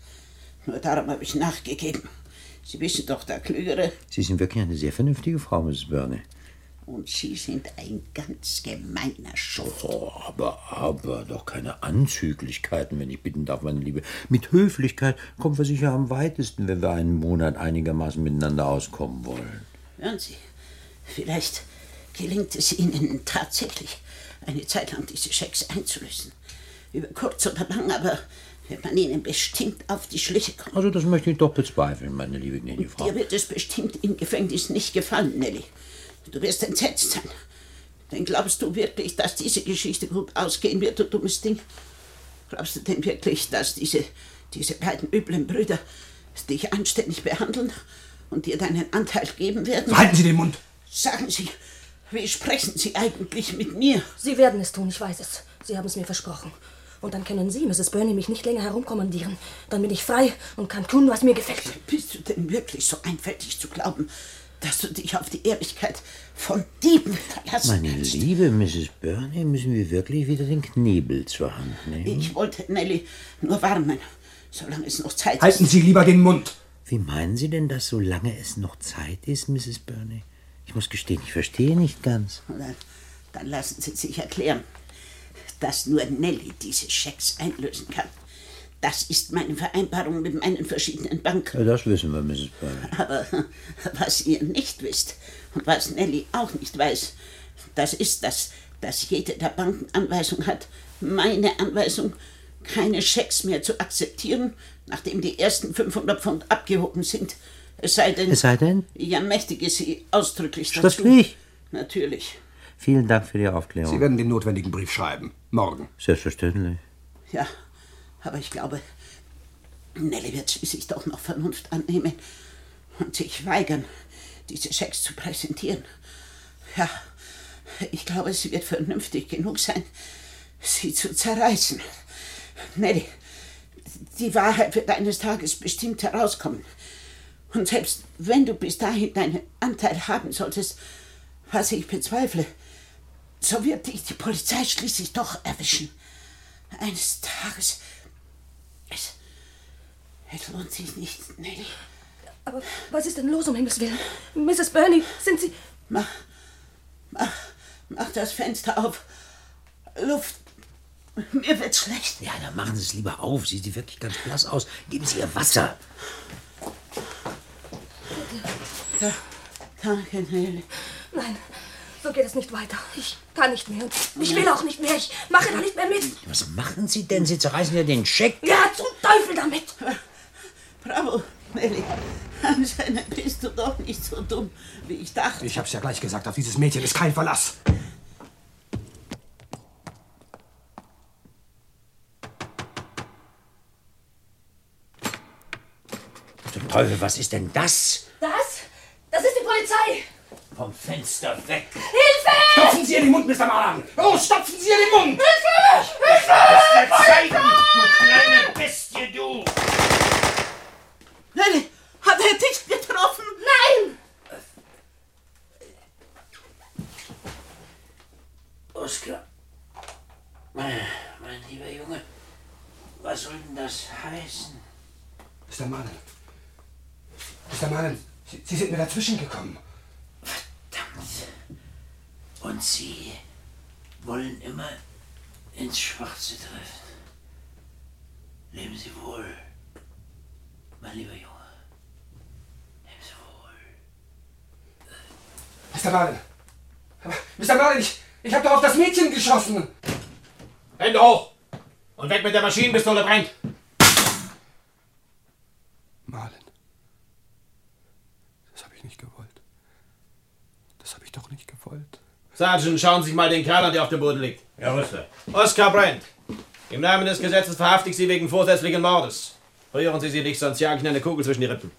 Speaker 9: Nur darum habe ich nachgegeben. Sie wissen doch, der Klügere.
Speaker 7: Sie sind wirklich eine sehr vernünftige Frau, Mrs. Byrne.
Speaker 9: Und Sie sind ein ganz gemeiner Schuft.
Speaker 7: Oh, aber, aber, doch keine Anzüglichkeiten, wenn ich bitten darf, meine Liebe. Mit Höflichkeit kommen wir sicher am weitesten, wenn wir einen Monat einigermaßen miteinander auskommen wollen.
Speaker 9: Hören Sie, vielleicht gelingt es Ihnen tatsächlich, eine Zeit lang diese Schecks einzulösen. Über kurz oder lang, aber wird man Ihnen bestimmt auf die Schliche kommen.
Speaker 7: Also, das möchte ich doch bezweifeln, meine liebe gnädige Frau.
Speaker 9: Dir wird es bestimmt im Gefängnis nicht gefallen, Nelly. Du wirst entsetzt sein. Denn glaubst du wirklich, dass diese Geschichte gut ausgehen wird, du dummes Ding? Glaubst du denn wirklich, dass diese, diese beiden üblen Brüder dich anständig behandeln und dir deinen Anteil geben werden?
Speaker 4: Halten Sie den Mund!
Speaker 9: Sagen Sie, wie sprechen Sie eigentlich mit mir?
Speaker 1: Sie werden es tun, ich weiß es. Sie haben es mir versprochen. Und dann können Sie, Mrs. Burney, mich nicht länger herumkommandieren. Dann bin ich frei und kann tun, was mir gefällt.
Speaker 9: Bist du denn wirklich so einfältig zu glauben, dass du dich auf die Ehrlichkeit von Dieben verlassen
Speaker 7: Meine liebe Mrs. Burney, müssen wir wirklich wieder den Knebel zur Hand nehmen?
Speaker 9: Ich wollte Nelly nur warnen, solange es noch Zeit
Speaker 7: Halten
Speaker 9: ist.
Speaker 7: Sie
Speaker 4: lieber den Mund!
Speaker 7: Wie meinen Sie denn das, solange es noch Zeit ist, Mrs. Burney? Ich muss gestehen, ich verstehe nicht ganz.
Speaker 9: Dann, dann lassen Sie sich erklären, dass nur Nelly diese Schecks einlösen kann. Das ist meine Vereinbarung mit meinen verschiedenen Banken.
Speaker 7: Ja, das wissen wir, Mrs. Burney.
Speaker 9: Aber <laughs> was ihr nicht wisst und was Nelly auch nicht weiß, das ist, dass, dass jede der Banken Anweisung hat, meine Anweisung, keine Schecks mehr zu akzeptieren, nachdem die ersten 500 Pfund abgehoben sind. Es sei denn,
Speaker 7: Es sei denn?
Speaker 9: ich ermächtige sie ausdrücklich dazu.
Speaker 7: Schriftlich?
Speaker 9: Natürlich.
Speaker 7: Vielen Dank für die Aufklärung.
Speaker 4: Sie werden den notwendigen Brief schreiben. Morgen.
Speaker 7: Selbstverständlich.
Speaker 9: Ja, aber ich glaube, Nelly wird schließlich doch noch Vernunft annehmen und sich weigern, diese Schecks zu präsentieren. Ja, ich glaube, sie wird vernünftig genug sein, sie zu zerreißen. Nelly, die Wahrheit wird eines Tages bestimmt herauskommen. Und selbst wenn du bis dahin deinen Anteil haben solltest, was ich bezweifle, so wird dich die Polizei schließlich doch erwischen. Eines Tages. Es, es lohnt sich nicht, Nelly.
Speaker 1: Aber was ist denn los, um Himmels Willen? Mrs. Burney, sind Sie...
Speaker 9: Mach, mach, mach das Fenster auf. Luft. Mir wird schlecht.
Speaker 7: Ja, dann machen Sie es lieber auf. Sie sieht wirklich ganz blass aus. Geben Sie ihr Wasser.
Speaker 9: Da, danke, Nelly.
Speaker 1: Nein, so geht es nicht weiter. Ich kann nicht mehr. Ich will auch nicht mehr. Ich mache da nicht mehr mit.
Speaker 7: Was machen Sie denn? Sie zerreißen ja den Scheck.
Speaker 1: Ja, zum Teufel damit!
Speaker 9: Bravo, Nelly. Anscheinend bist du doch nicht so dumm, wie ich dachte.
Speaker 4: Ich hab's ja gleich gesagt, auf dieses Mädchen ist kein Verlass.
Speaker 7: Zum Teufel, was ist denn das?
Speaker 1: Das
Speaker 5: Polizei!
Speaker 7: Vom Fenster weg!
Speaker 5: Hilfe!
Speaker 7: Stopfen Sie ihr den Mund, Mr. Malan! Oh, stopfen Sie ihr den Mund!
Speaker 5: Hilfe! Hilfe!
Speaker 7: Das wird zeigen, du kleine Bestie, du!
Speaker 9: Nein, hat er dich getroffen?
Speaker 5: Nein!
Speaker 7: Oskar, mein, mein lieber Junge, was soll denn das heißen?
Speaker 4: Mr. Malen. Mr. Malen, Sie, Sie sind mir dazwischen gekommen.
Speaker 7: Und Sie wollen immer ins Schwarze treffen. Leben Sie wohl, mein lieber Junge.
Speaker 4: Mr. Malen. Aber, Mr. Malen, ich, ich habe doch auf das Mädchen geschossen.
Speaker 7: Hände hoch! Und weg mit der Maschinenpistole, Brent!
Speaker 4: Malen. Das habe ich nicht gewollt. Das habe ich doch nicht gewollt.
Speaker 13: Sergeant, schauen Sie sich mal den Kerl an, der auf dem Boden liegt.
Speaker 12: Ja, was denn?
Speaker 13: Oskar Brent, im Namen des Gesetzes verhafte ich Sie wegen vorsätzlichen Mordes. Rühren Sie sie nicht, sonst jage ich Ihnen eine Kugel zwischen die Rippen.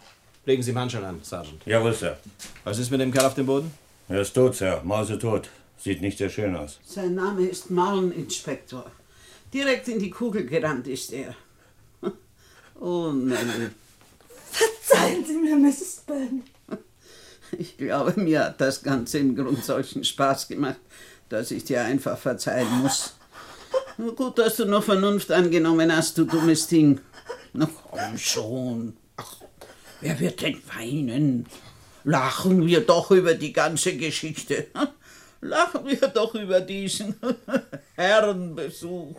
Speaker 13: Legen Sie Manscheln an, Sergeant.
Speaker 12: Jawohl, Sir.
Speaker 13: Was ist mit dem Kerl auf dem Boden?
Speaker 12: Er ist tot, Sir. Mausetot. Sieht nicht sehr schön aus.
Speaker 9: Sein Name ist Maleninspektor. Direkt in die Kugel gerannt ist er. <laughs> Oh nein,
Speaker 5: Verzeihen Sie mir, Mrs. Byrne.
Speaker 9: ich glaube, mir hat das Ganze im Grund solchen Spaß gemacht, dass ich dir einfach verzeihen muss. Nur Gut, dass du noch Vernunft angenommen hast, du dummes Ding. Na komm schon. Ach, wer wird denn weinen? Lachen wir doch über die ganze Geschichte. <laughs> Lachen wir doch über diesen <laughs> Herrenbesuch.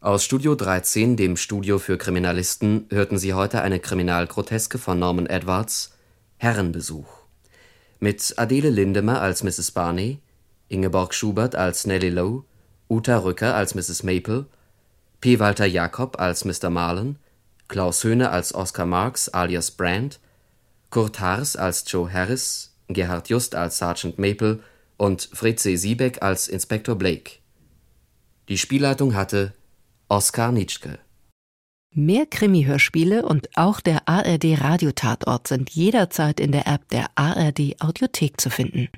Speaker 2: Aus Studio 13, dem Studio für Kriminalisten, hörten Sie heute eine Kriminalgroteske von Norman Edwards, Herrenbesuch. Mit Adele Lindemer als Mrs. Barney, Ingeborg Schubert als Nellie Lowe, Uta Rücker als Mrs. Maple, P. Walter Jakob als Mr. Marlen, Klaus Höhne als Oscar Marks alias Brand, Kurt Haars als Joe Harris, Gerhard Just als Sergeant Maple und Fritze Siebeck als Inspektor Blake. Die Spielleitung hatte Oskar Nitschke.
Speaker 1: Mehr Krimi-Hörspiele und auch der ARD-Radiotatort sind jederzeit in der App der ARD-Audiothek zu finden.